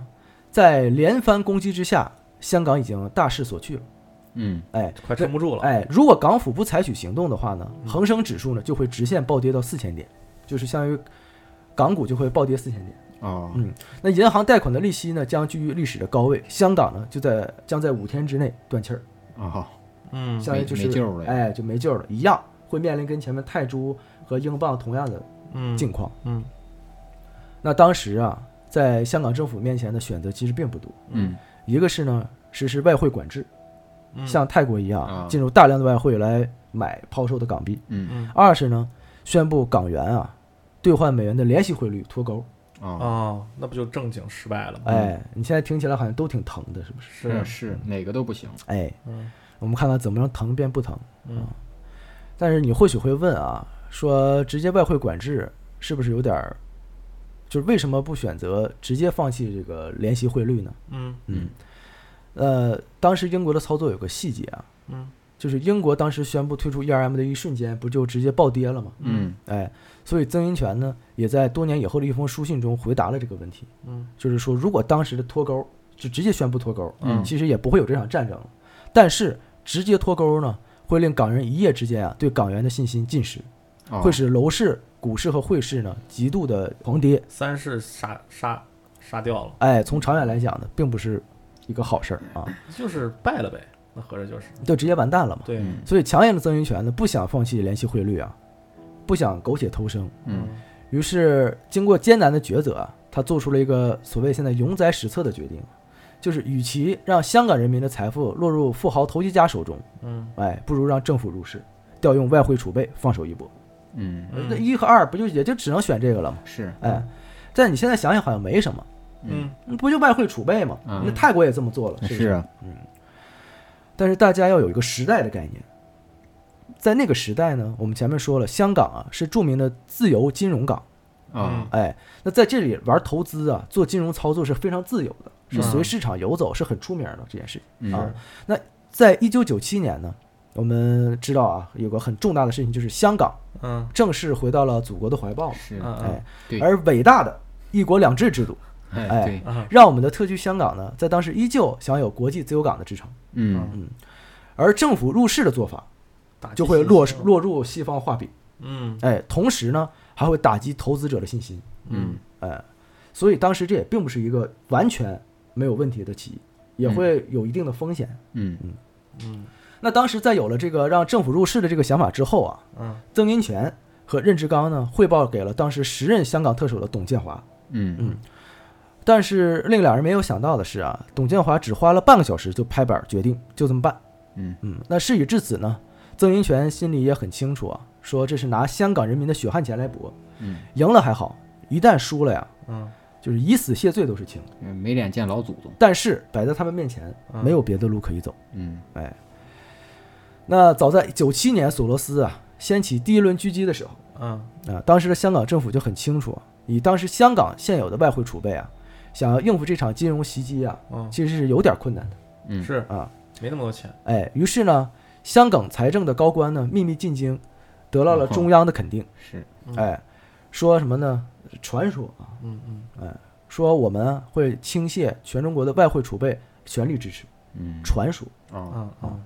[SPEAKER 1] 在连番攻击之下，香港已经大势所趋了。
[SPEAKER 2] 嗯
[SPEAKER 1] 哎
[SPEAKER 3] 快撑不住了。
[SPEAKER 1] 哎，如果港府不采取行动的话呢，恒生指数呢就会直线暴跌到四千点，就是相当于港股就会暴跌四千点。
[SPEAKER 2] 哦
[SPEAKER 1] 嗯，那银行贷款的利息呢，将居于历史的高位，香港呢就在将在五天之内断气儿，
[SPEAKER 2] 哦，
[SPEAKER 3] 嗯
[SPEAKER 1] 相当于就是
[SPEAKER 2] 没救了呀
[SPEAKER 1] 哎，就没救了，一样会面临跟前面泰铢和英镑同样的
[SPEAKER 3] 嗯
[SPEAKER 1] 境况。
[SPEAKER 3] 嗯
[SPEAKER 1] 那当时啊，在香港政府面前的选择其实并不多，
[SPEAKER 2] 嗯
[SPEAKER 1] 一个是呢实施外汇管制，
[SPEAKER 3] 嗯
[SPEAKER 1] 像泰国一样
[SPEAKER 2] 啊
[SPEAKER 1] 进入大量的外汇来买抛售的港币；
[SPEAKER 2] 嗯
[SPEAKER 3] 嗯
[SPEAKER 1] 二是呢宣布港元啊兑换美元的联系汇率脱钩。
[SPEAKER 2] 哦，
[SPEAKER 3] 哦，那不就正经失败
[SPEAKER 2] 嗯
[SPEAKER 3] 了吗？
[SPEAKER 1] 哎，你现在听起来好像都挺疼的，是不是？
[SPEAKER 2] 是是，哪个都不行，
[SPEAKER 1] 哎，
[SPEAKER 3] 嗯
[SPEAKER 1] 我们看看怎么让疼变不疼。
[SPEAKER 3] 嗯
[SPEAKER 1] 但是你或许会问啊，说直接外汇管制是不是有点儿？就是为什么不选择直接放弃这个联席汇率呢？
[SPEAKER 3] 嗯
[SPEAKER 2] 嗯
[SPEAKER 1] 呃，当时英国的操作有个细节啊，
[SPEAKER 3] 嗯
[SPEAKER 1] 就是英国当时宣布退出 ERM 的一瞬间，不就直接暴跌了吗？
[SPEAKER 2] 嗯
[SPEAKER 1] 哎，所以曾荫权呢，也在多年以后的一封书信中回答了这个问题，
[SPEAKER 3] 嗯
[SPEAKER 1] 就是说，如果当时的脱钩就直接宣布脱钩，
[SPEAKER 2] 嗯
[SPEAKER 1] 其实也不会有这场战争了。但是直接脱钩呢，会令港人一夜之间啊对港元的信心尽失，
[SPEAKER 2] 哦
[SPEAKER 1] 会使楼市、股市和汇市呢极度的狂跌。
[SPEAKER 3] 三是杀杀杀掉了，
[SPEAKER 1] 哎，从长远来讲呢，并不是一个好事儿啊，
[SPEAKER 3] 就是败了呗。那合着就是
[SPEAKER 1] 就直接完蛋了嘛。
[SPEAKER 3] 对，
[SPEAKER 2] 嗯
[SPEAKER 1] 所以强硬的曾荫权呢，不想放弃联系汇率啊，不想苟且偷生，
[SPEAKER 2] 嗯
[SPEAKER 1] 于是经过艰难的抉择啊，他做出了一个所谓现在永载史册的决定，就是与其让香港人民的财富落入富豪投机家手中，
[SPEAKER 3] 嗯
[SPEAKER 1] 哎，不如让政府入市，调用外汇储备放手一搏。
[SPEAKER 2] 嗯
[SPEAKER 1] 那、一和二不就也就只能选这个了吗？
[SPEAKER 2] 是
[SPEAKER 1] 哎，但你现在想想好像没什么，
[SPEAKER 3] 嗯
[SPEAKER 1] 不就外汇储备吗？
[SPEAKER 2] 嗯
[SPEAKER 1] 那泰国也这么做了，是不
[SPEAKER 2] 是啊，
[SPEAKER 1] 但是大家要有一个时代的概念，在那个时代呢，我们前面说了，香港啊是著名的自由金融港，
[SPEAKER 2] 啊
[SPEAKER 1] 哎，那在这里玩投资啊，做金融操作是非常自由的，是随市场游走，是很出名的这件事情。
[SPEAKER 2] 嗯
[SPEAKER 1] 啊在一九九七年呢，我们知道啊，有个很重大的事情就是香港
[SPEAKER 3] 嗯
[SPEAKER 1] 正式回到了祖国的怀抱，
[SPEAKER 2] 是
[SPEAKER 3] 嗯
[SPEAKER 1] 哎，
[SPEAKER 2] 对
[SPEAKER 1] 而伟大的一国两制制度，哎
[SPEAKER 2] 哎对
[SPEAKER 3] 嗯
[SPEAKER 1] 让我们的特区香港呢，在当时依旧享有国际自由港的支撑，
[SPEAKER 2] 嗯
[SPEAKER 1] 而政府入市的做法就会落落入西方画饼，
[SPEAKER 3] 嗯
[SPEAKER 1] 哎，同时呢还会打击投资者的信心，
[SPEAKER 2] 嗯
[SPEAKER 1] 哎，所以当时这也并不是一个完全没有问题的棋，也会有一定的风险。
[SPEAKER 2] 嗯
[SPEAKER 3] 嗯
[SPEAKER 1] 那当时在有了这个让政府入市的这个想法之后啊，
[SPEAKER 3] 嗯
[SPEAKER 1] 曾荫权和任志刚呢汇报给了当时时任香港特首的董建华，
[SPEAKER 2] 嗯
[SPEAKER 1] 嗯，但是令两人没有想到的是啊，董建华只花了半个小时就拍板决定，就这么办。
[SPEAKER 2] 嗯
[SPEAKER 1] 嗯，那事已至此呢，曾荫权心里也很清楚啊，说这是拿香港人民的血汗钱来搏，
[SPEAKER 2] 嗯，
[SPEAKER 1] 赢了还好，一旦输了呀，
[SPEAKER 3] 嗯，
[SPEAKER 1] 就是以死谢罪都是轻。
[SPEAKER 2] 呃没脸见老祖宗。
[SPEAKER 1] 但是摆在他们面前，
[SPEAKER 3] 嗯
[SPEAKER 1] 没有别的路可以走。哎
[SPEAKER 2] 嗯
[SPEAKER 1] 那早在九七年索罗斯啊掀起第一轮狙击的时候。
[SPEAKER 3] 嗯
[SPEAKER 1] 啊，当时的香港政府就很清楚，以当时香港现有的外汇储备啊，想要应付这场金融袭击啊，
[SPEAKER 3] 嗯，
[SPEAKER 1] 其实是有点困难的
[SPEAKER 2] 嗯，
[SPEAKER 3] 是
[SPEAKER 1] 啊。
[SPEAKER 3] 没那么多钱，
[SPEAKER 1] 哎，于是呢，香港财政的高官呢秘密进京，得到了中央的肯定。
[SPEAKER 2] 嗯是，
[SPEAKER 3] 嗯
[SPEAKER 1] 哎，说什么呢？传说啊，
[SPEAKER 3] 嗯嗯
[SPEAKER 1] 说我们啊会倾泻全中国的外汇储备，全力支持。
[SPEAKER 2] 嗯
[SPEAKER 1] 传说，
[SPEAKER 2] 哦，
[SPEAKER 3] 嗯嗯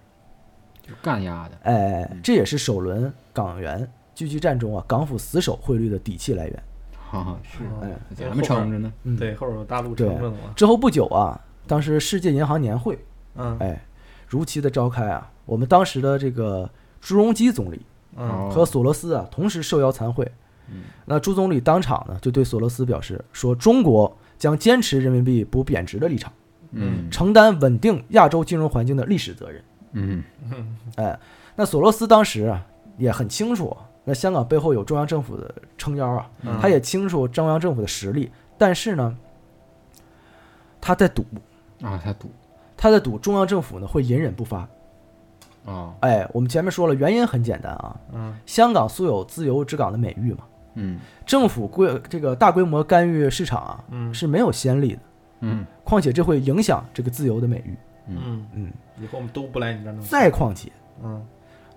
[SPEAKER 2] 就干丫的，
[SPEAKER 1] 哎，
[SPEAKER 2] 嗯
[SPEAKER 1] 这也是首轮港元狙击战中啊港府死守汇率的底气来源。
[SPEAKER 2] 哈哈，是
[SPEAKER 3] 嗯
[SPEAKER 1] 哎
[SPEAKER 3] 因为
[SPEAKER 2] 咱们
[SPEAKER 3] 后边
[SPEAKER 2] 撑着呢。
[SPEAKER 1] 嗯，。
[SPEAKER 3] 对，后边有大陆
[SPEAKER 1] 对
[SPEAKER 3] 撑着呢嘛，
[SPEAKER 1] 之后不久啊，当时世界银行年会。
[SPEAKER 3] 嗯
[SPEAKER 1] 哎，如期的召开啊。我们当时的这个朱镕基总理
[SPEAKER 3] 嗯
[SPEAKER 1] 和
[SPEAKER 2] 哦，
[SPEAKER 1] 索罗斯啊，同时受邀参会。
[SPEAKER 2] 嗯
[SPEAKER 1] 那朱总理当场呢就对索罗斯表示说，中国将坚持人民币不贬值的立场，
[SPEAKER 2] 嗯
[SPEAKER 1] 承担稳定亚洲金融环境的历史责任。
[SPEAKER 2] 嗯
[SPEAKER 3] 嗯
[SPEAKER 1] 哎，那索罗斯当时啊也很清楚，啊那香港背后有中央政府的撑腰啊，
[SPEAKER 3] 嗯
[SPEAKER 1] 他也清楚中央政府的实力，但是呢，他在赌，
[SPEAKER 2] 啊，他赌
[SPEAKER 1] 他在赌中央政府呢会隐忍不发。
[SPEAKER 2] 啊，
[SPEAKER 1] 哎，我们前面说了，原因很简单啊，
[SPEAKER 3] 嗯
[SPEAKER 1] 香港素有“自由之港”的美誉嘛，
[SPEAKER 2] 嗯
[SPEAKER 1] 政府规这个大规模干预市场啊
[SPEAKER 3] 嗯
[SPEAKER 1] 是没有先例的，
[SPEAKER 2] 嗯
[SPEAKER 1] 况且这会影响这个自由的美誉。
[SPEAKER 3] 嗯，
[SPEAKER 1] 嗯，
[SPEAKER 3] 以后我们都不来你这儿弄，
[SPEAKER 1] 再况且，
[SPEAKER 3] 嗯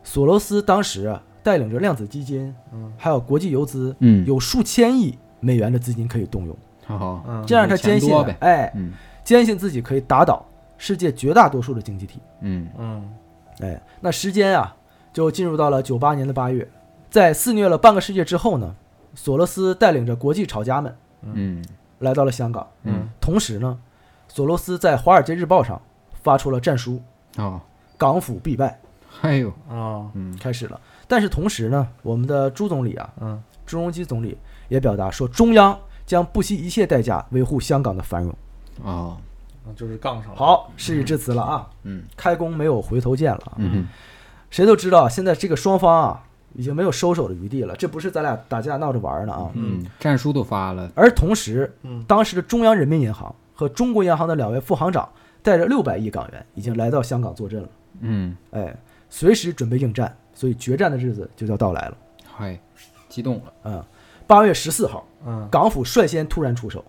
[SPEAKER 1] 索罗斯当时啊带领着量子基金，
[SPEAKER 3] 嗯
[SPEAKER 1] 还有国际游资，
[SPEAKER 2] 嗯，
[SPEAKER 1] 有数千亿美元的资金可以动用，
[SPEAKER 2] 好好，
[SPEAKER 3] 嗯，
[SPEAKER 1] 这样他坚信
[SPEAKER 2] 钱多呗，
[SPEAKER 1] 哎，
[SPEAKER 2] 嗯
[SPEAKER 1] 坚信自己可以打倒世界绝大多数的经济体。
[SPEAKER 2] 嗯
[SPEAKER 3] 嗯
[SPEAKER 1] 哎，那时间啊，就进入到了九八年的八月，在肆虐了半个世界之后呢，索罗斯带领着国际炒家们
[SPEAKER 2] 嗯
[SPEAKER 1] 来到了香港。
[SPEAKER 2] 嗯，
[SPEAKER 1] 同时呢，索罗斯在《华尔街日报》上发出了战书，
[SPEAKER 2] 哦，
[SPEAKER 1] 港府必败
[SPEAKER 2] 哎呦，
[SPEAKER 3] 哦
[SPEAKER 2] 嗯
[SPEAKER 1] 开始了。但是同时呢，我们的朱总理啊，
[SPEAKER 3] 嗯
[SPEAKER 1] 朱镕基总理也表达说，中央将不惜一切代价维护香港的繁荣。
[SPEAKER 2] 哦，
[SPEAKER 3] 嗯就是杠上了，
[SPEAKER 1] 好，事已至此了啊，
[SPEAKER 2] 嗯
[SPEAKER 1] 开弓没有回头箭了啊。
[SPEAKER 2] 嗯
[SPEAKER 1] 谁都知道，现在这个双方啊，已经没有收手的余地了。这不是咱俩打架闹着玩儿呢啊。
[SPEAKER 2] 嗯，战书都发了，
[SPEAKER 1] 而同时，
[SPEAKER 3] 嗯
[SPEAKER 1] 当时的中央人民银行和中国银行的两位副行长，带着六百亿港元，已经来到香港坐镇了。
[SPEAKER 2] 嗯，
[SPEAKER 1] 哎，随时准备应战，所以决战的日子就要到来了。
[SPEAKER 2] 嗨，激动了，
[SPEAKER 1] 嗯，八月十四号，
[SPEAKER 3] 嗯
[SPEAKER 1] 港府率先突然出手，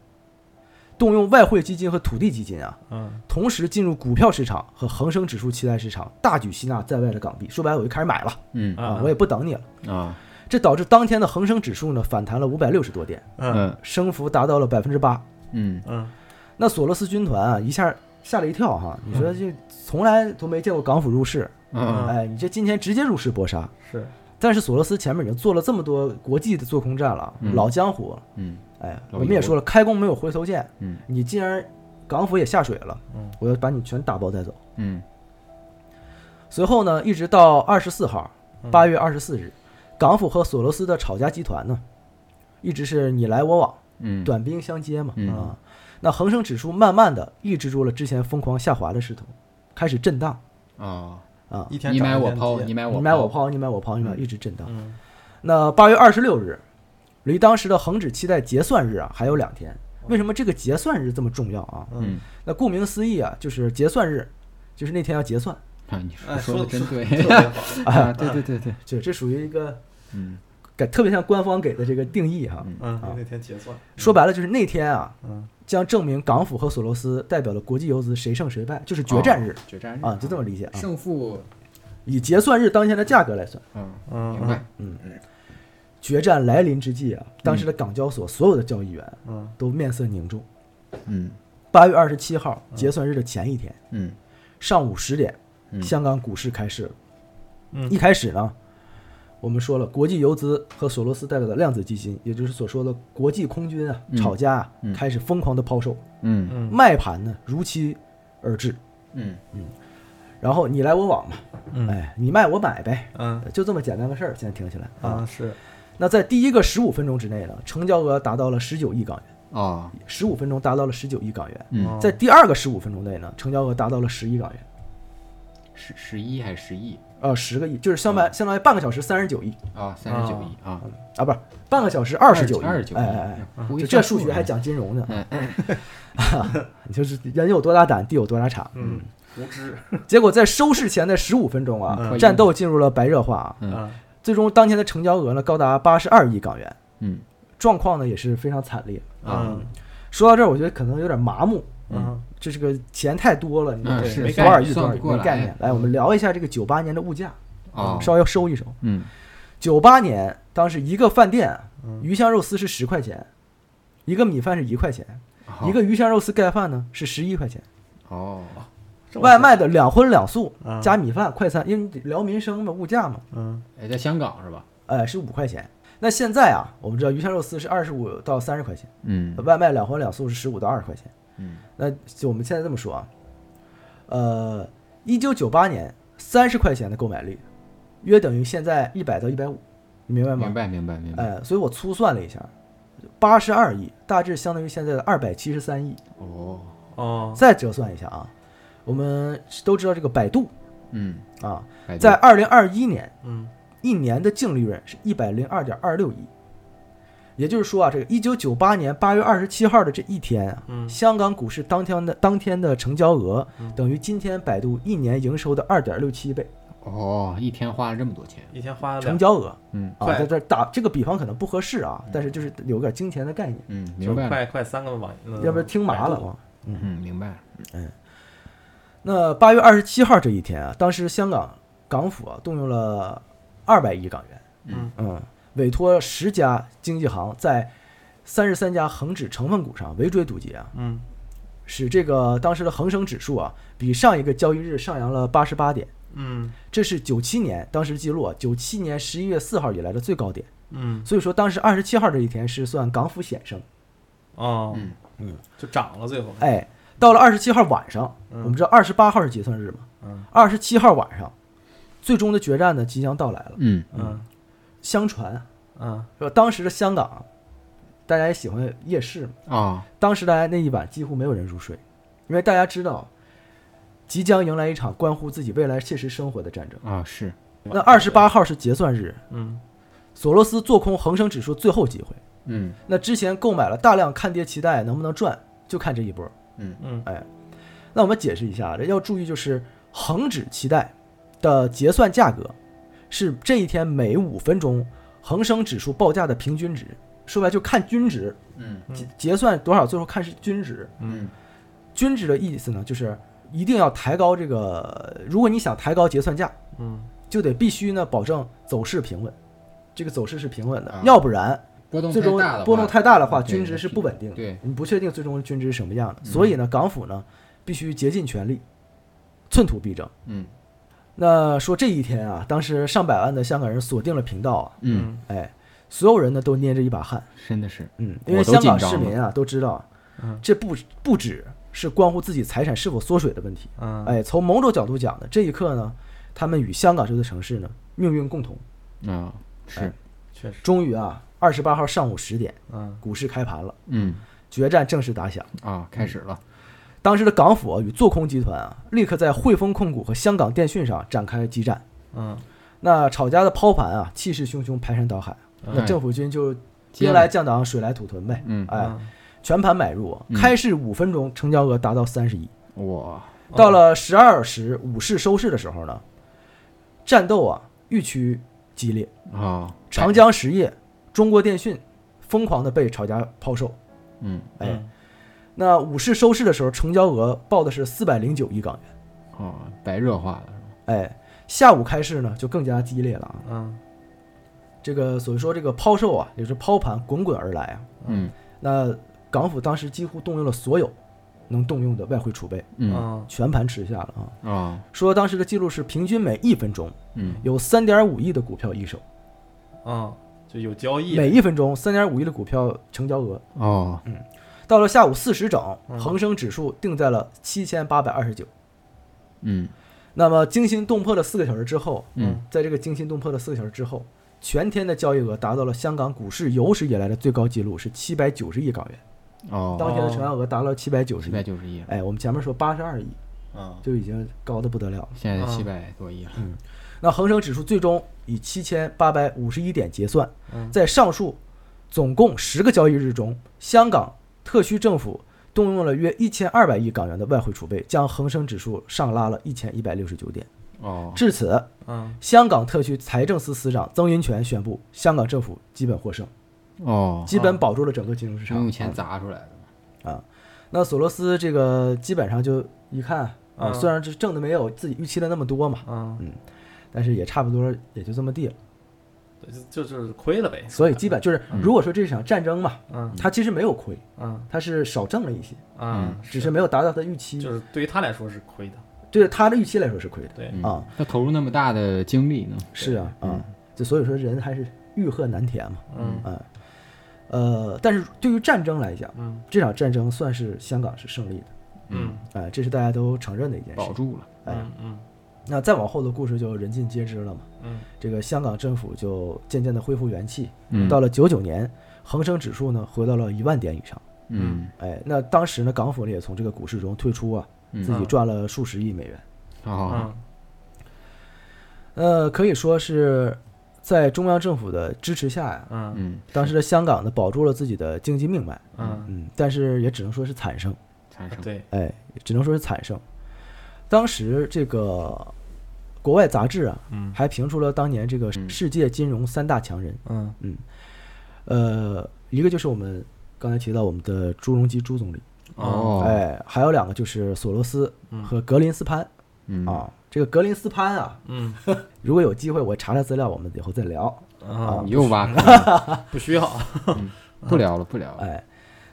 [SPEAKER 1] 动用外汇基金和土地基金啊，
[SPEAKER 3] 嗯
[SPEAKER 1] 同时进入股票市场和恒生指数期待市场，大举吸纳在外的港币。说白了，我就开始买了
[SPEAKER 2] 嗯
[SPEAKER 1] 啊，我也不等你了。
[SPEAKER 2] 啊，
[SPEAKER 1] 这导致当天的恒生指数呢反弹了五百六十多点，
[SPEAKER 3] 嗯
[SPEAKER 2] 嗯
[SPEAKER 1] 升幅达到了百分之八。
[SPEAKER 2] 嗯
[SPEAKER 3] 嗯
[SPEAKER 1] 那索罗斯军团啊，一下吓了一跳哈！你说这从来都没见过港府入市，
[SPEAKER 2] 嗯
[SPEAKER 1] 哎，你这今天直接入市搏杀，
[SPEAKER 3] 是
[SPEAKER 1] 但是索罗斯前面已经做了这么多国际的做空战了，
[SPEAKER 2] 嗯
[SPEAKER 1] 老江湖了。
[SPEAKER 2] 嗯
[SPEAKER 1] 哎，
[SPEAKER 2] 老
[SPEAKER 1] 我们也说了，开弓没有回头箭。
[SPEAKER 2] 嗯
[SPEAKER 1] 你既然港府也下水了，
[SPEAKER 3] 嗯
[SPEAKER 1] 我要把你全打包带走。
[SPEAKER 2] 嗯
[SPEAKER 1] 随后呢，一直到二十四号，
[SPEAKER 3] 嗯
[SPEAKER 1] 八月二十四日，港府和索罗斯的炒家集团呢，一直是你来我往，
[SPEAKER 2] 嗯，
[SPEAKER 1] 短兵相接嘛。
[SPEAKER 2] 嗯
[SPEAKER 1] 啊，那恒生指数慢慢的抑制住了之前疯狂下滑的势头，开始震荡
[SPEAKER 2] 啊，
[SPEAKER 1] 啊。
[SPEAKER 3] 一天
[SPEAKER 2] 你买
[SPEAKER 3] 涨一
[SPEAKER 2] 我
[SPEAKER 3] 天
[SPEAKER 2] 抛，
[SPEAKER 3] 跌
[SPEAKER 2] 你买我
[SPEAKER 1] 你买我，抛，你买我抛，你买我
[SPEAKER 2] 嗯
[SPEAKER 1] 一直震荡。
[SPEAKER 3] 嗯
[SPEAKER 1] 那八月二十六日，离当时的恒指期待结算日啊还有两天。为什么这个结算日这么重要啊？
[SPEAKER 2] 嗯
[SPEAKER 3] 嗯，
[SPEAKER 1] 那顾名思义啊，就是结算日，就是那天要结算。
[SPEAKER 2] 啊，你说
[SPEAKER 3] 哎
[SPEAKER 2] 说的
[SPEAKER 3] 得
[SPEAKER 2] 真对
[SPEAKER 3] 特，别好，
[SPEAKER 2] 啊，对对对对，
[SPEAKER 1] 就这属于一个
[SPEAKER 2] 嗯
[SPEAKER 1] 给特别像官方给的这个定义哈。
[SPEAKER 2] 嗯
[SPEAKER 3] 嗯，那天结算，
[SPEAKER 1] 说白了就是那天啊，
[SPEAKER 3] 嗯
[SPEAKER 1] 将证明港府和索罗斯代表了国际游资谁胜谁败，就是决战日
[SPEAKER 2] 决战日
[SPEAKER 1] 啊，就这么理解啊。
[SPEAKER 2] 胜负，
[SPEAKER 1] 以结算日当天的价格来算，
[SPEAKER 2] 嗯，
[SPEAKER 3] 嗯
[SPEAKER 2] 明白，
[SPEAKER 1] 决战来临之际啊，当时的港交所所有的交易员
[SPEAKER 3] 嗯
[SPEAKER 1] 都面色凝重。
[SPEAKER 2] 嗯
[SPEAKER 1] 八月二十七号结算日的前一天，
[SPEAKER 2] 嗯
[SPEAKER 1] 上午十点，
[SPEAKER 2] 嗯，
[SPEAKER 1] 香港股市开市了。
[SPEAKER 3] 嗯
[SPEAKER 1] 一开始呢，我们说了，国际游资和索罗斯代表的量子基金，也就是所说的国际空军啊，
[SPEAKER 2] 嗯
[SPEAKER 1] 炒家啊，
[SPEAKER 2] 嗯
[SPEAKER 1] 开始疯狂的抛售，
[SPEAKER 2] 嗯
[SPEAKER 3] 嗯
[SPEAKER 1] 卖盘呢如期而至，
[SPEAKER 2] 嗯
[SPEAKER 1] 然后你来我往嘛，
[SPEAKER 3] 嗯
[SPEAKER 1] 哎，你卖我买呗，
[SPEAKER 3] 嗯
[SPEAKER 1] 就这么简单个事儿。现在听起来啊，
[SPEAKER 3] 啊是，
[SPEAKER 1] 那在第一个十五分钟之内呢，成交额达到了十九亿港元，
[SPEAKER 2] 啊，
[SPEAKER 1] 十五分钟达到了十九亿港元，
[SPEAKER 2] 嗯，
[SPEAKER 3] 哦
[SPEAKER 1] 在第二个十五分钟内呢，成交额达到了十亿港元，
[SPEAKER 2] 十十一还是十亿
[SPEAKER 1] 呃，十个亿，就是相
[SPEAKER 2] 嗯
[SPEAKER 1] 当相当于半个小时三十九亿
[SPEAKER 2] 啊？三十九亿啊，
[SPEAKER 1] 啊，不是半个小时二十九亿，
[SPEAKER 2] 二十九亿，
[SPEAKER 1] 哎哎哎，
[SPEAKER 2] 哎
[SPEAKER 1] 就这数学还讲金融呢
[SPEAKER 2] 嗯，哎
[SPEAKER 1] 你 就是人有多大胆，地有多大产。
[SPEAKER 3] 嗯，无知
[SPEAKER 1] 结果在收市前的十五分钟啊，
[SPEAKER 2] 嗯
[SPEAKER 1] 战斗进入了白热化啊，
[SPEAKER 2] 嗯
[SPEAKER 3] 啊，
[SPEAKER 1] 最终当天的成交额呢高达八十二亿港元，
[SPEAKER 2] 嗯
[SPEAKER 1] 状况呢也是非常惨烈。
[SPEAKER 2] 啊
[SPEAKER 3] 嗯
[SPEAKER 1] 说到这儿，我觉得可能有点麻木，
[SPEAKER 3] 嗯
[SPEAKER 1] 这是个钱太多了，你
[SPEAKER 2] 嗯
[SPEAKER 1] 这
[SPEAKER 2] 是
[SPEAKER 1] 没
[SPEAKER 3] 概
[SPEAKER 1] 多少
[SPEAKER 2] 念
[SPEAKER 1] 亿多
[SPEAKER 2] 算
[SPEAKER 1] 少
[SPEAKER 2] 不
[SPEAKER 1] 亿
[SPEAKER 2] 过
[SPEAKER 1] 没概
[SPEAKER 2] 来嗯
[SPEAKER 1] 念。来，我们聊一下这个九八年的物价，
[SPEAKER 2] 啊，
[SPEAKER 1] 稍微收一收。
[SPEAKER 2] 嗯
[SPEAKER 1] 九八年当时一个饭店
[SPEAKER 3] 嗯
[SPEAKER 1] 鱼香肉丝是十块钱，一个米饭是一块钱，
[SPEAKER 2] 好
[SPEAKER 1] 一个鱼香肉丝盖饭呢是十一块钱。
[SPEAKER 2] 哦，
[SPEAKER 3] 这我
[SPEAKER 1] 外卖的两荤两素
[SPEAKER 3] 啊
[SPEAKER 1] 加米饭快餐，因为聊民生嘛，物价嘛，
[SPEAKER 3] 嗯
[SPEAKER 2] 哎，在香港是吧？
[SPEAKER 1] 呃是五块钱。那现在啊，我们知道鱼香肉丝是二十五到三十块钱，
[SPEAKER 2] 嗯
[SPEAKER 1] 外卖两荤两素是十五到二十块钱。
[SPEAKER 2] 嗯
[SPEAKER 1] 那就我们现在这么说啊，呃，一九九八年三十块钱的购买力，约等于现在一百到一百五，你明白吗
[SPEAKER 2] 明？白明白明白，
[SPEAKER 1] 呃，所以我粗算了一下，八十二亿大致相当于现在的二百七十三亿。
[SPEAKER 2] 哦，
[SPEAKER 3] 哦
[SPEAKER 1] 再折算一下啊，我们都知道这个百度
[SPEAKER 2] 嗯，
[SPEAKER 1] 啊，
[SPEAKER 2] 百度
[SPEAKER 1] 在二零二一年
[SPEAKER 3] 嗯
[SPEAKER 1] 一年的净利润是一百零二点二六亿。也就是说啊，这个一九九八年八月二十七号的这一天啊，
[SPEAKER 3] 嗯
[SPEAKER 1] 香港股市当天的当天的成交额
[SPEAKER 3] 嗯
[SPEAKER 1] 等于今天百度一年营收的二点六七倍，
[SPEAKER 2] 哦，一天花了这么多钱，
[SPEAKER 3] 一天花了
[SPEAKER 1] 成
[SPEAKER 3] 两
[SPEAKER 1] 交额
[SPEAKER 2] 嗯
[SPEAKER 1] 啊，
[SPEAKER 3] 啊快嗯
[SPEAKER 1] 在这儿打这个比方可能不合适啊，但是就是有点金钱的概念，
[SPEAKER 2] 嗯，明
[SPEAKER 3] 就
[SPEAKER 2] 白了，
[SPEAKER 3] 快快三个网，嗯
[SPEAKER 1] 要不然听麻了。啊。
[SPEAKER 2] 嗯，明白了，
[SPEAKER 1] 那八月二十七号这一天啊，当时香港港府啊动用了二百亿港元，
[SPEAKER 3] 嗯
[SPEAKER 1] 嗯，委托十家经纪行在三十三家恒指成分股上围追堵截啊，
[SPEAKER 3] 嗯
[SPEAKER 1] 使这个当时的恒生指数啊比上一个交易日上扬了八十八点，
[SPEAKER 3] 嗯
[SPEAKER 1] 这是九七年当时记录啊，九七年十一月四号以来的最高点。
[SPEAKER 3] 嗯
[SPEAKER 1] 所以说当时二十七号这一天是算港府险胜，
[SPEAKER 3] 哦
[SPEAKER 2] 嗯
[SPEAKER 1] 嗯，
[SPEAKER 3] 就涨了最后。
[SPEAKER 1] 哎，到了二十七号晚上，我
[SPEAKER 3] 嗯
[SPEAKER 1] 们知道二十八号是结算日嘛，
[SPEAKER 3] 嗯
[SPEAKER 1] 二十七号晚上，最终的决战呢即将到来了。
[SPEAKER 2] 嗯
[SPEAKER 3] 嗯
[SPEAKER 1] 相传啊
[SPEAKER 3] 嗯
[SPEAKER 1] 说当时的香港啊，大家也喜欢夜市嘛，
[SPEAKER 2] 啊，
[SPEAKER 1] 当时大家那一晚几乎没有人入睡，因为大家知道即将迎来一场关乎自己未来切实生活的战争。
[SPEAKER 2] 啊是，
[SPEAKER 1] 那二十八号是结算日，
[SPEAKER 3] 嗯
[SPEAKER 1] 索罗斯做空恒生指数最后机会。
[SPEAKER 2] 嗯
[SPEAKER 1] 那之前购买了大量看跌期待能不能赚，就看这一波。哎
[SPEAKER 2] 嗯
[SPEAKER 3] 嗯
[SPEAKER 1] 那我们解释一下，啊这要注意就是恒指期待的结算价格是这一天每五分钟恒生指数报价的平均值，说白了就看均值，
[SPEAKER 2] 嗯
[SPEAKER 3] 嗯
[SPEAKER 1] 结结算多少最后看是均值。
[SPEAKER 2] 嗯
[SPEAKER 1] 均值的意思呢，就是一定要抬高这个，如果你想抬高结算价，
[SPEAKER 3] 嗯
[SPEAKER 1] 就得必须呢保证走势平稳，这个走势是平稳的
[SPEAKER 2] 啊，
[SPEAKER 1] 要不然
[SPEAKER 2] 波动
[SPEAKER 1] 嗯最终
[SPEAKER 2] 大了，
[SPEAKER 1] 波动太大的话，均值
[SPEAKER 2] 对
[SPEAKER 1] 是不稳定的，
[SPEAKER 2] 对
[SPEAKER 1] 你不确定最终均值是什么样的。所以呢，港府呢必须竭尽全力，寸土必争。
[SPEAKER 2] 嗯
[SPEAKER 1] 那说这一天啊，当时上百万的香港人锁定了频道啊，
[SPEAKER 2] 嗯，
[SPEAKER 1] 哎，所有人呢都捏着一把汗，
[SPEAKER 2] 真的是，
[SPEAKER 1] 嗯，因为
[SPEAKER 2] 我都
[SPEAKER 1] 香港
[SPEAKER 2] 紧张
[SPEAKER 1] 市民啊都知道啊，
[SPEAKER 3] 嗯
[SPEAKER 1] 这不不只是关乎自己财产是否缩水的问题，
[SPEAKER 3] 嗯
[SPEAKER 1] 哎，从某种角度讲呢，这一刻呢，他们与香港这座城市呢命运共同。
[SPEAKER 2] 啊是
[SPEAKER 1] 哎，
[SPEAKER 3] 确实
[SPEAKER 1] 终于啊，二十八号上午十点，
[SPEAKER 3] 嗯
[SPEAKER 1] 股市开盘了，
[SPEAKER 2] 嗯
[SPEAKER 1] 决战正式打响。
[SPEAKER 2] 啊开始了，
[SPEAKER 1] 当时的港府啊与做空集团啊，立刻在汇丰控股和香港电讯上展开激战。
[SPEAKER 3] 嗯
[SPEAKER 1] 那炒家的抛盘啊，气势汹汹，排山倒海。那
[SPEAKER 2] 哎
[SPEAKER 1] 政府军就
[SPEAKER 2] 接
[SPEAKER 1] 兵
[SPEAKER 2] 了
[SPEAKER 1] 来将挡，水来土屯呗。
[SPEAKER 2] 嗯
[SPEAKER 1] 哎，
[SPEAKER 3] 嗯
[SPEAKER 1] 全盘买入，
[SPEAKER 2] 嗯
[SPEAKER 1] 开市五分钟，成交额达到三十亿。
[SPEAKER 2] 哎我
[SPEAKER 1] 到
[SPEAKER 3] 哦
[SPEAKER 1] 了十二时午市收市的时候呢，战斗啊愈趋激烈。
[SPEAKER 2] 啊
[SPEAKER 1] 长江实业、中国电讯疯狂的被炒家抛售。
[SPEAKER 2] 嗯
[SPEAKER 1] 哎，
[SPEAKER 3] 嗯
[SPEAKER 1] 那午市收市的时候，成交额报的是四百零九亿港元。
[SPEAKER 2] 啊白热化了是吧，
[SPEAKER 1] 哎，下午开市呢就更加激烈了啊。
[SPEAKER 3] 嗯
[SPEAKER 1] 这个所以说这个抛售啊，也是抛盘滚滚而来啊。
[SPEAKER 2] 嗯
[SPEAKER 1] 那港府当时几乎动用了所有能动用的外汇储备，
[SPEAKER 2] 嗯
[SPEAKER 3] 嗯
[SPEAKER 1] 全盘吃下了啊。
[SPEAKER 2] 啊
[SPEAKER 1] 说当时的记录是平均每一分钟
[SPEAKER 2] 嗯
[SPEAKER 1] 有三点五亿的股票一手，
[SPEAKER 3] 嗯，就有交易
[SPEAKER 1] 每一分钟三点五亿的股票成交额。
[SPEAKER 2] 哦
[SPEAKER 1] 到了下午四时整，
[SPEAKER 3] 嗯
[SPEAKER 1] 恒生指数定在了七千八百二十九。
[SPEAKER 2] 嗯
[SPEAKER 1] 那么惊心动魄的四个小时之后，
[SPEAKER 2] 嗯
[SPEAKER 1] 在这个惊心动魄的四个小时之后，全天的交易额达到了香港股市有史以来的最高纪录，是七百九十亿港元。
[SPEAKER 2] 哦，
[SPEAKER 1] 当前的成交额达到了七百九十
[SPEAKER 2] 七
[SPEAKER 1] 亿
[SPEAKER 2] 百。九十亿，
[SPEAKER 1] 哎，我们前面说八十二亿，
[SPEAKER 3] 啊，
[SPEAKER 1] 就已经高的不得了了。
[SPEAKER 2] 现在
[SPEAKER 3] 啊
[SPEAKER 2] 七百多亿了，
[SPEAKER 1] 那恒生指数最终以七千八百五十一点结算，
[SPEAKER 3] 嗯
[SPEAKER 1] 在上述总共十个交易日中，香港特区政府动用了约一千二百亿港元的外汇储备，将恒生指数上拉了一千一百六十九点。
[SPEAKER 2] 哦，
[SPEAKER 1] 至此，
[SPEAKER 3] 嗯，
[SPEAKER 1] 香港特区财政司司长曾荫权宣布，香港政府基本获胜，
[SPEAKER 2] 哦，
[SPEAKER 1] 基本保住了整个金融市
[SPEAKER 2] 能
[SPEAKER 1] 场。
[SPEAKER 2] 用钱砸出来的嘛，
[SPEAKER 1] 啊，那索罗斯这个基本上就一看啊，
[SPEAKER 3] 嗯
[SPEAKER 1] 虽然这挣的没有自己预期的那么多嘛，
[SPEAKER 3] 嗯，
[SPEAKER 1] 但是也差不多也就这么地了。
[SPEAKER 3] 对就就是亏了呗，
[SPEAKER 1] 所以基本就是，如果说这场战争嘛，
[SPEAKER 3] 嗯
[SPEAKER 1] 他其实没有亏，
[SPEAKER 3] 嗯
[SPEAKER 1] 他是少挣了一些，
[SPEAKER 3] 嗯，
[SPEAKER 1] 只是没有达到他的预期
[SPEAKER 3] 就。是对于他来说是亏的，
[SPEAKER 1] 对他的预期来说是亏的。
[SPEAKER 3] 对，
[SPEAKER 2] 嗯
[SPEAKER 1] 啊，
[SPEAKER 2] 他投入那么大的精力呢，
[SPEAKER 1] 是啊，
[SPEAKER 2] 嗯
[SPEAKER 1] 啊，就所以说人还是欲壑难填嘛。
[SPEAKER 3] 嗯
[SPEAKER 1] 啊，呃，但是对于战争来讲，
[SPEAKER 3] 嗯
[SPEAKER 1] 这场战争算是香港是胜利的，
[SPEAKER 3] 嗯
[SPEAKER 1] 哎、这是大家都承认的一件
[SPEAKER 2] 保
[SPEAKER 1] 事。
[SPEAKER 2] 住了，
[SPEAKER 1] 哎
[SPEAKER 3] 嗯嗯
[SPEAKER 1] 那再往后的故事就人尽皆知了嘛。
[SPEAKER 3] 嗯
[SPEAKER 1] 这个香港政府就渐渐的恢复元气，
[SPEAKER 2] 嗯，
[SPEAKER 1] 到了九九年，恒生指数呢回到了一万点以上。
[SPEAKER 2] 嗯，
[SPEAKER 1] 哎，那当时呢，港府呢也从这个股市中退出啊，
[SPEAKER 2] 嗯
[SPEAKER 1] 自己赚了数十亿美元。
[SPEAKER 2] 哦，
[SPEAKER 3] 嗯
[SPEAKER 1] 呃，可以说是在中央政府的支持下呀、
[SPEAKER 3] 嗯
[SPEAKER 2] 嗯，
[SPEAKER 1] 当时的香港呢保住了自己的经济命脉。
[SPEAKER 3] 嗯，
[SPEAKER 1] 嗯，但是也只能说是惨胜，
[SPEAKER 2] 产生，
[SPEAKER 3] 对，
[SPEAKER 1] 哎，只能说是惨胜。当时这个国外杂志啊，
[SPEAKER 3] 嗯
[SPEAKER 1] 还评出了当年这个
[SPEAKER 2] 嗯
[SPEAKER 1] 世界金融三大强人。
[SPEAKER 3] 嗯
[SPEAKER 1] 呃，一个就是我们刚才提到我们的朱镕基朱总理，
[SPEAKER 2] 哦，，
[SPEAKER 1] 哎，还有两个就是索罗斯
[SPEAKER 3] 嗯
[SPEAKER 1] 和格林斯潘、
[SPEAKER 2] 嗯，
[SPEAKER 1] 啊。这个格林斯潘啊，
[SPEAKER 3] 嗯
[SPEAKER 1] 如果有机会我查查资料，我们以后再聊。
[SPEAKER 3] 啊，
[SPEAKER 2] 你又挖坑了，
[SPEAKER 3] 不需要，
[SPEAKER 2] 不聊了，不聊了，
[SPEAKER 1] 哎，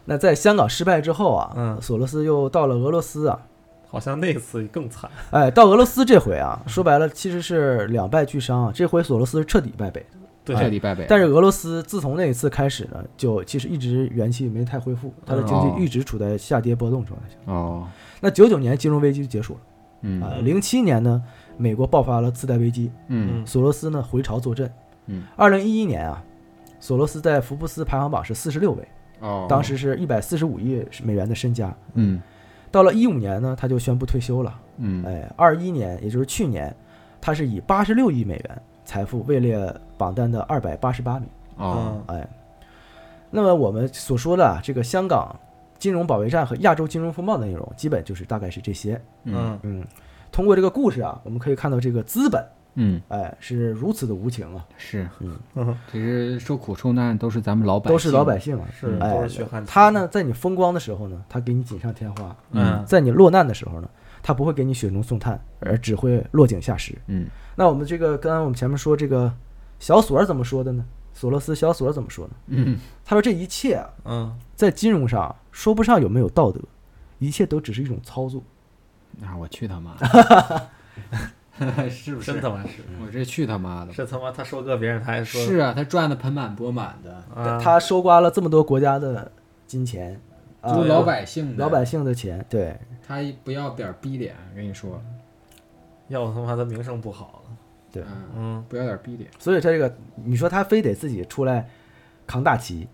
[SPEAKER 1] 那在香港失败之后啊，
[SPEAKER 3] 嗯
[SPEAKER 1] 索罗斯又到了俄罗斯啊，
[SPEAKER 3] 好像那次更惨，
[SPEAKER 1] 哎，到俄罗斯这回啊，说白了其实是两败俱伤啊。这回索罗斯是彻底败北，
[SPEAKER 3] 对，
[SPEAKER 2] 彻底败北了，
[SPEAKER 1] 哎但是俄罗斯自从那一次开始呢，就其实一直元气没太恢复，它的经
[SPEAKER 2] 哦
[SPEAKER 1] 济一直处在下跌波动状态下。
[SPEAKER 2] 哦，
[SPEAKER 1] 那九九年金融危机就结束了。
[SPEAKER 2] 嗯
[SPEAKER 1] 啊，
[SPEAKER 3] 嗯
[SPEAKER 1] 零七年呢，美国爆发了次贷危机，
[SPEAKER 2] 嗯
[SPEAKER 1] 索罗斯呢回潮坐镇。
[SPEAKER 2] 嗯，
[SPEAKER 1] 二零一一年啊，索罗斯在福布斯排行榜是四十六位，
[SPEAKER 2] 哦，
[SPEAKER 1] 当时是一百四十五亿美元的身家。
[SPEAKER 2] 嗯
[SPEAKER 1] 到了一五年呢，他就宣布退休了。
[SPEAKER 2] 嗯
[SPEAKER 1] 哎，二一年，也就是去年，他是以八十六亿美元财富位列榜单的二百八十八名。
[SPEAKER 3] 啊
[SPEAKER 2] 哦
[SPEAKER 1] 哎，那么我们所说的啊这个香港金融保卫战和亚洲金融风暴的内容，基本就是大概是这些。
[SPEAKER 2] 嗯
[SPEAKER 3] 嗯
[SPEAKER 1] 嗯，通过这个故事啊，我们可以看到这个资本。
[SPEAKER 2] 嗯
[SPEAKER 1] 哎，是如此的无情啊，
[SPEAKER 2] 是，
[SPEAKER 3] 嗯
[SPEAKER 2] 其实受苦受难都是咱们老百姓，
[SPEAKER 1] 都是老百姓啊。
[SPEAKER 3] 是
[SPEAKER 1] 哎
[SPEAKER 3] 都是血汗，
[SPEAKER 1] 他，呢，在你风光的时候呢，他给你锦上添花；
[SPEAKER 3] 嗯
[SPEAKER 1] 在你落难的时候呢，他不会给你雪中送炭，而只会落井下石。
[SPEAKER 2] 嗯
[SPEAKER 1] 那我们这个，刚才我们前面说这个小索尔怎么说的呢？索罗斯小索尔怎么说呢？
[SPEAKER 2] 嗯
[SPEAKER 1] 他说这一切啊，
[SPEAKER 3] 嗯
[SPEAKER 1] 在金融上啊说不上有没有道德，一切都只是一种操作。
[SPEAKER 2] 啊，我去他妈， 是不
[SPEAKER 3] 真
[SPEAKER 2] 是？
[SPEAKER 3] 他妈是，
[SPEAKER 2] 我这去他妈的！
[SPEAKER 3] 这他妈他说个别人，他还说
[SPEAKER 2] 是啊，他赚的盆满钵满的，
[SPEAKER 3] 啊，
[SPEAKER 1] 他收刮了这么多国家的金钱，啊、
[SPEAKER 2] 都老百姓的，
[SPEAKER 1] 老百姓的钱，对，
[SPEAKER 2] 他不要点儿逼脸，跟你说，
[SPEAKER 3] 要不他妈他名声不好了，
[SPEAKER 1] 对
[SPEAKER 2] 嗯，
[SPEAKER 3] 嗯
[SPEAKER 2] 不要点儿逼脸，
[SPEAKER 1] 所以他这个，你说他非得自己出来扛大旗，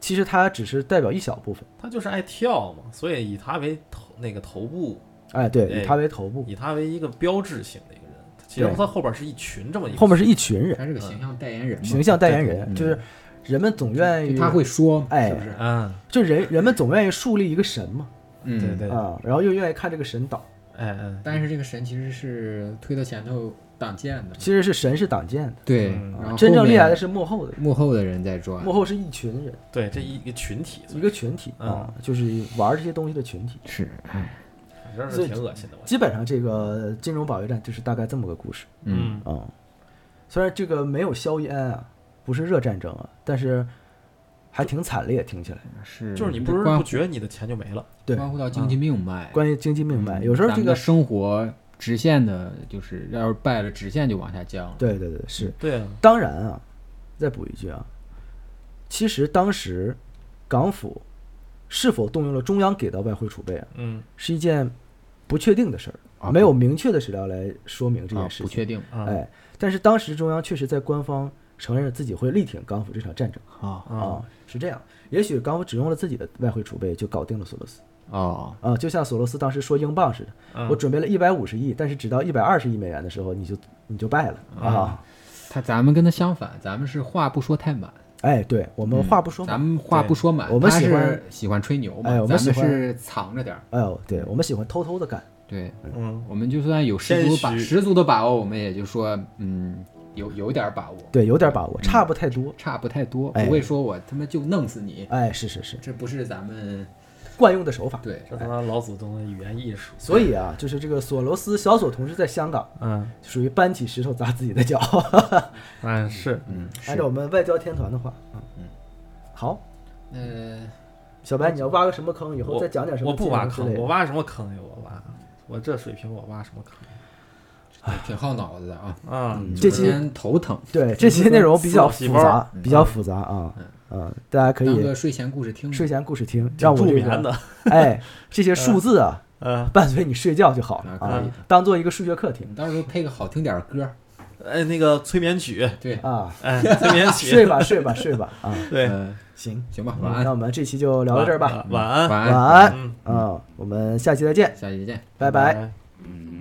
[SPEAKER 1] 其实他只是代表一小部分。
[SPEAKER 3] 他就是爱跳嘛，所以以他为头那个头部，
[SPEAKER 1] 哎，对，
[SPEAKER 3] 对
[SPEAKER 1] 以他为头部，
[SPEAKER 3] 以他为一个标志性的一个人。其实
[SPEAKER 1] 对
[SPEAKER 3] 他后边是一群这么一个，
[SPEAKER 1] 后面是一群人，
[SPEAKER 2] 他是个形象代言人嘛，
[SPEAKER 1] 嗯形象代言人，
[SPEAKER 2] 对
[SPEAKER 1] 就是人们总愿意，
[SPEAKER 2] 就他会说，
[SPEAKER 1] 哎
[SPEAKER 2] 是不是？
[SPEAKER 3] 嗯，
[SPEAKER 1] 就人人们总愿意树立一个神 嘛，
[SPEAKER 2] 嗯，
[SPEAKER 3] 对。对，哎
[SPEAKER 1] 啊，然后又愿意看这个神倒，
[SPEAKER 3] 哎，
[SPEAKER 2] 但是这个神其实是推到前头挡箭的，
[SPEAKER 1] 其实是神是挡箭的，
[SPEAKER 2] 对，
[SPEAKER 3] 嗯
[SPEAKER 2] 然后
[SPEAKER 1] 啊真正厉害的
[SPEAKER 2] 是
[SPEAKER 1] 是幕后的人，
[SPEAKER 2] 幕后的人在赚
[SPEAKER 1] 幕，后是一群人，
[SPEAKER 3] 对，这一个群体，
[SPEAKER 1] 一个群体
[SPEAKER 2] 嗯
[SPEAKER 1] 啊，就是玩这些东西的群体。
[SPEAKER 2] 是，哎
[SPEAKER 3] 反正是挺恶心的，我觉
[SPEAKER 1] 基本上这个金融保卫战就是大概这么个故事。
[SPEAKER 3] 得，
[SPEAKER 2] 嗯，
[SPEAKER 1] 啊、虽然这个没有硝烟啊，不是热战争啊，但是还挺惨烈，听起来。
[SPEAKER 2] 是，
[SPEAKER 3] 嗯就是你不知
[SPEAKER 2] 关
[SPEAKER 3] 不觉你的钱就没了，
[SPEAKER 1] 对，
[SPEAKER 2] 关乎到经济命脉，
[SPEAKER 1] 关于经济命脉，有时候
[SPEAKER 2] 嗯咱
[SPEAKER 1] 这
[SPEAKER 2] 们的
[SPEAKER 1] 个，
[SPEAKER 2] 生活直线的，就是要是败了，直线就往下降了。
[SPEAKER 1] 对对对，是。
[SPEAKER 3] 对啊，
[SPEAKER 1] 当然啊，再补一句啊，其实当时港府是否动用了中央给到外汇储备啊，
[SPEAKER 3] 嗯
[SPEAKER 1] 是一件不确定的事儿，
[SPEAKER 2] 啊
[SPEAKER 1] 没有明确的史料来说明这
[SPEAKER 2] 啊
[SPEAKER 1] 件，事
[SPEAKER 2] 不
[SPEAKER 1] 情。
[SPEAKER 2] 确定，
[SPEAKER 3] 啊，
[SPEAKER 1] 哎，但是当时中央确实在官方承认了自己会力挺港府这场战争
[SPEAKER 4] 啊
[SPEAKER 3] 嗯
[SPEAKER 1] 啊，是这样。也许港府只用了自己的外汇储备就搞定了索罗斯
[SPEAKER 4] 哦，
[SPEAKER 1] 啊，就像索罗斯当时说英镑似的，
[SPEAKER 3] 嗯
[SPEAKER 1] 我准备了一百五十亿，但是只到一百二十亿美元的时候，你就你就败了啊！
[SPEAKER 2] 他咱们跟他相反，咱们是话不说太满，嗯
[SPEAKER 1] 哎，对我们话不说
[SPEAKER 2] 咱
[SPEAKER 1] 满，
[SPEAKER 2] 们话不说满，
[SPEAKER 1] 我们
[SPEAKER 2] 他
[SPEAKER 1] 喜欢
[SPEAKER 2] 是喜欢吹牛嘛，
[SPEAKER 1] 哎我们
[SPEAKER 2] 咱
[SPEAKER 1] 喜
[SPEAKER 2] 们
[SPEAKER 1] 欢
[SPEAKER 2] 是藏着点儿，
[SPEAKER 1] 哎呦，对我们喜欢偷偷的干，
[SPEAKER 2] 对
[SPEAKER 3] 嗯，
[SPEAKER 2] 我们就算有十足把
[SPEAKER 3] 谦虚
[SPEAKER 2] 十足的把握，我们也就说，嗯，有有点把握，
[SPEAKER 1] 对，有点把握，差不太多。
[SPEAKER 2] 差不太多，
[SPEAKER 1] 哎
[SPEAKER 2] 不会说我他妈就弄死你，
[SPEAKER 1] 哎，是是是，
[SPEAKER 2] 这不是咱们
[SPEAKER 1] 惯用的手法。
[SPEAKER 2] 对
[SPEAKER 3] 这他妈老祖宗的语言艺术，
[SPEAKER 1] 所以啊，就是这个索罗斯小索同志在香港
[SPEAKER 3] 嗯
[SPEAKER 1] 属于搬起石头砸自己的脚，
[SPEAKER 3] 嗯是，
[SPEAKER 1] 按照我们外交天团的话，嗯好，
[SPEAKER 2] 呃，
[SPEAKER 1] 小白，你要挖个什么坑，以后
[SPEAKER 3] 我
[SPEAKER 1] 再讲点什么
[SPEAKER 3] 我不
[SPEAKER 1] 技
[SPEAKER 3] 挖
[SPEAKER 1] 能之
[SPEAKER 3] 坑，
[SPEAKER 1] 类的
[SPEAKER 3] 我挖什么坑呀？我挖，我这水平我挖什么坑
[SPEAKER 2] 挺耗脑子的啊，
[SPEAKER 3] 啊？
[SPEAKER 1] 嗯这期
[SPEAKER 2] 首先头疼，
[SPEAKER 1] 对这些内容比较
[SPEAKER 3] 四
[SPEAKER 1] 复
[SPEAKER 3] 五细
[SPEAKER 1] 杂
[SPEAKER 3] 胞，
[SPEAKER 1] 比较复杂啊，嗯，大家可
[SPEAKER 2] 当
[SPEAKER 1] 以
[SPEAKER 2] 个睡前故事听吧，
[SPEAKER 1] 睡前故事听，让我
[SPEAKER 3] 助
[SPEAKER 1] 这
[SPEAKER 3] 眠
[SPEAKER 1] 个
[SPEAKER 3] 的，
[SPEAKER 1] 哎这些数字啊
[SPEAKER 3] 嗯，
[SPEAKER 1] 伴随你睡觉就好了
[SPEAKER 2] 啊可以
[SPEAKER 1] 啊，当做一个数学课题
[SPEAKER 2] 你到时候配个好听点儿的歌，
[SPEAKER 3] 哎，那个催眠曲，
[SPEAKER 2] 对，
[SPEAKER 1] 啊，
[SPEAKER 3] 哎，催眠曲
[SPEAKER 1] 睡，吧睡吧睡吧啊，
[SPEAKER 3] 对，嗯
[SPEAKER 2] 呃，
[SPEAKER 1] 行，
[SPEAKER 2] 行吧，
[SPEAKER 1] 嗯
[SPEAKER 2] 晚安
[SPEAKER 1] 那，我们这期就聊到这儿吧，
[SPEAKER 3] 晚安，
[SPEAKER 2] 晚
[SPEAKER 1] 晚
[SPEAKER 2] 安，
[SPEAKER 1] 安
[SPEAKER 3] 嗯，
[SPEAKER 1] 啊，我们下期再见，
[SPEAKER 2] 下期见。
[SPEAKER 1] 拜拜。
[SPEAKER 3] 拜。
[SPEAKER 4] 嗯。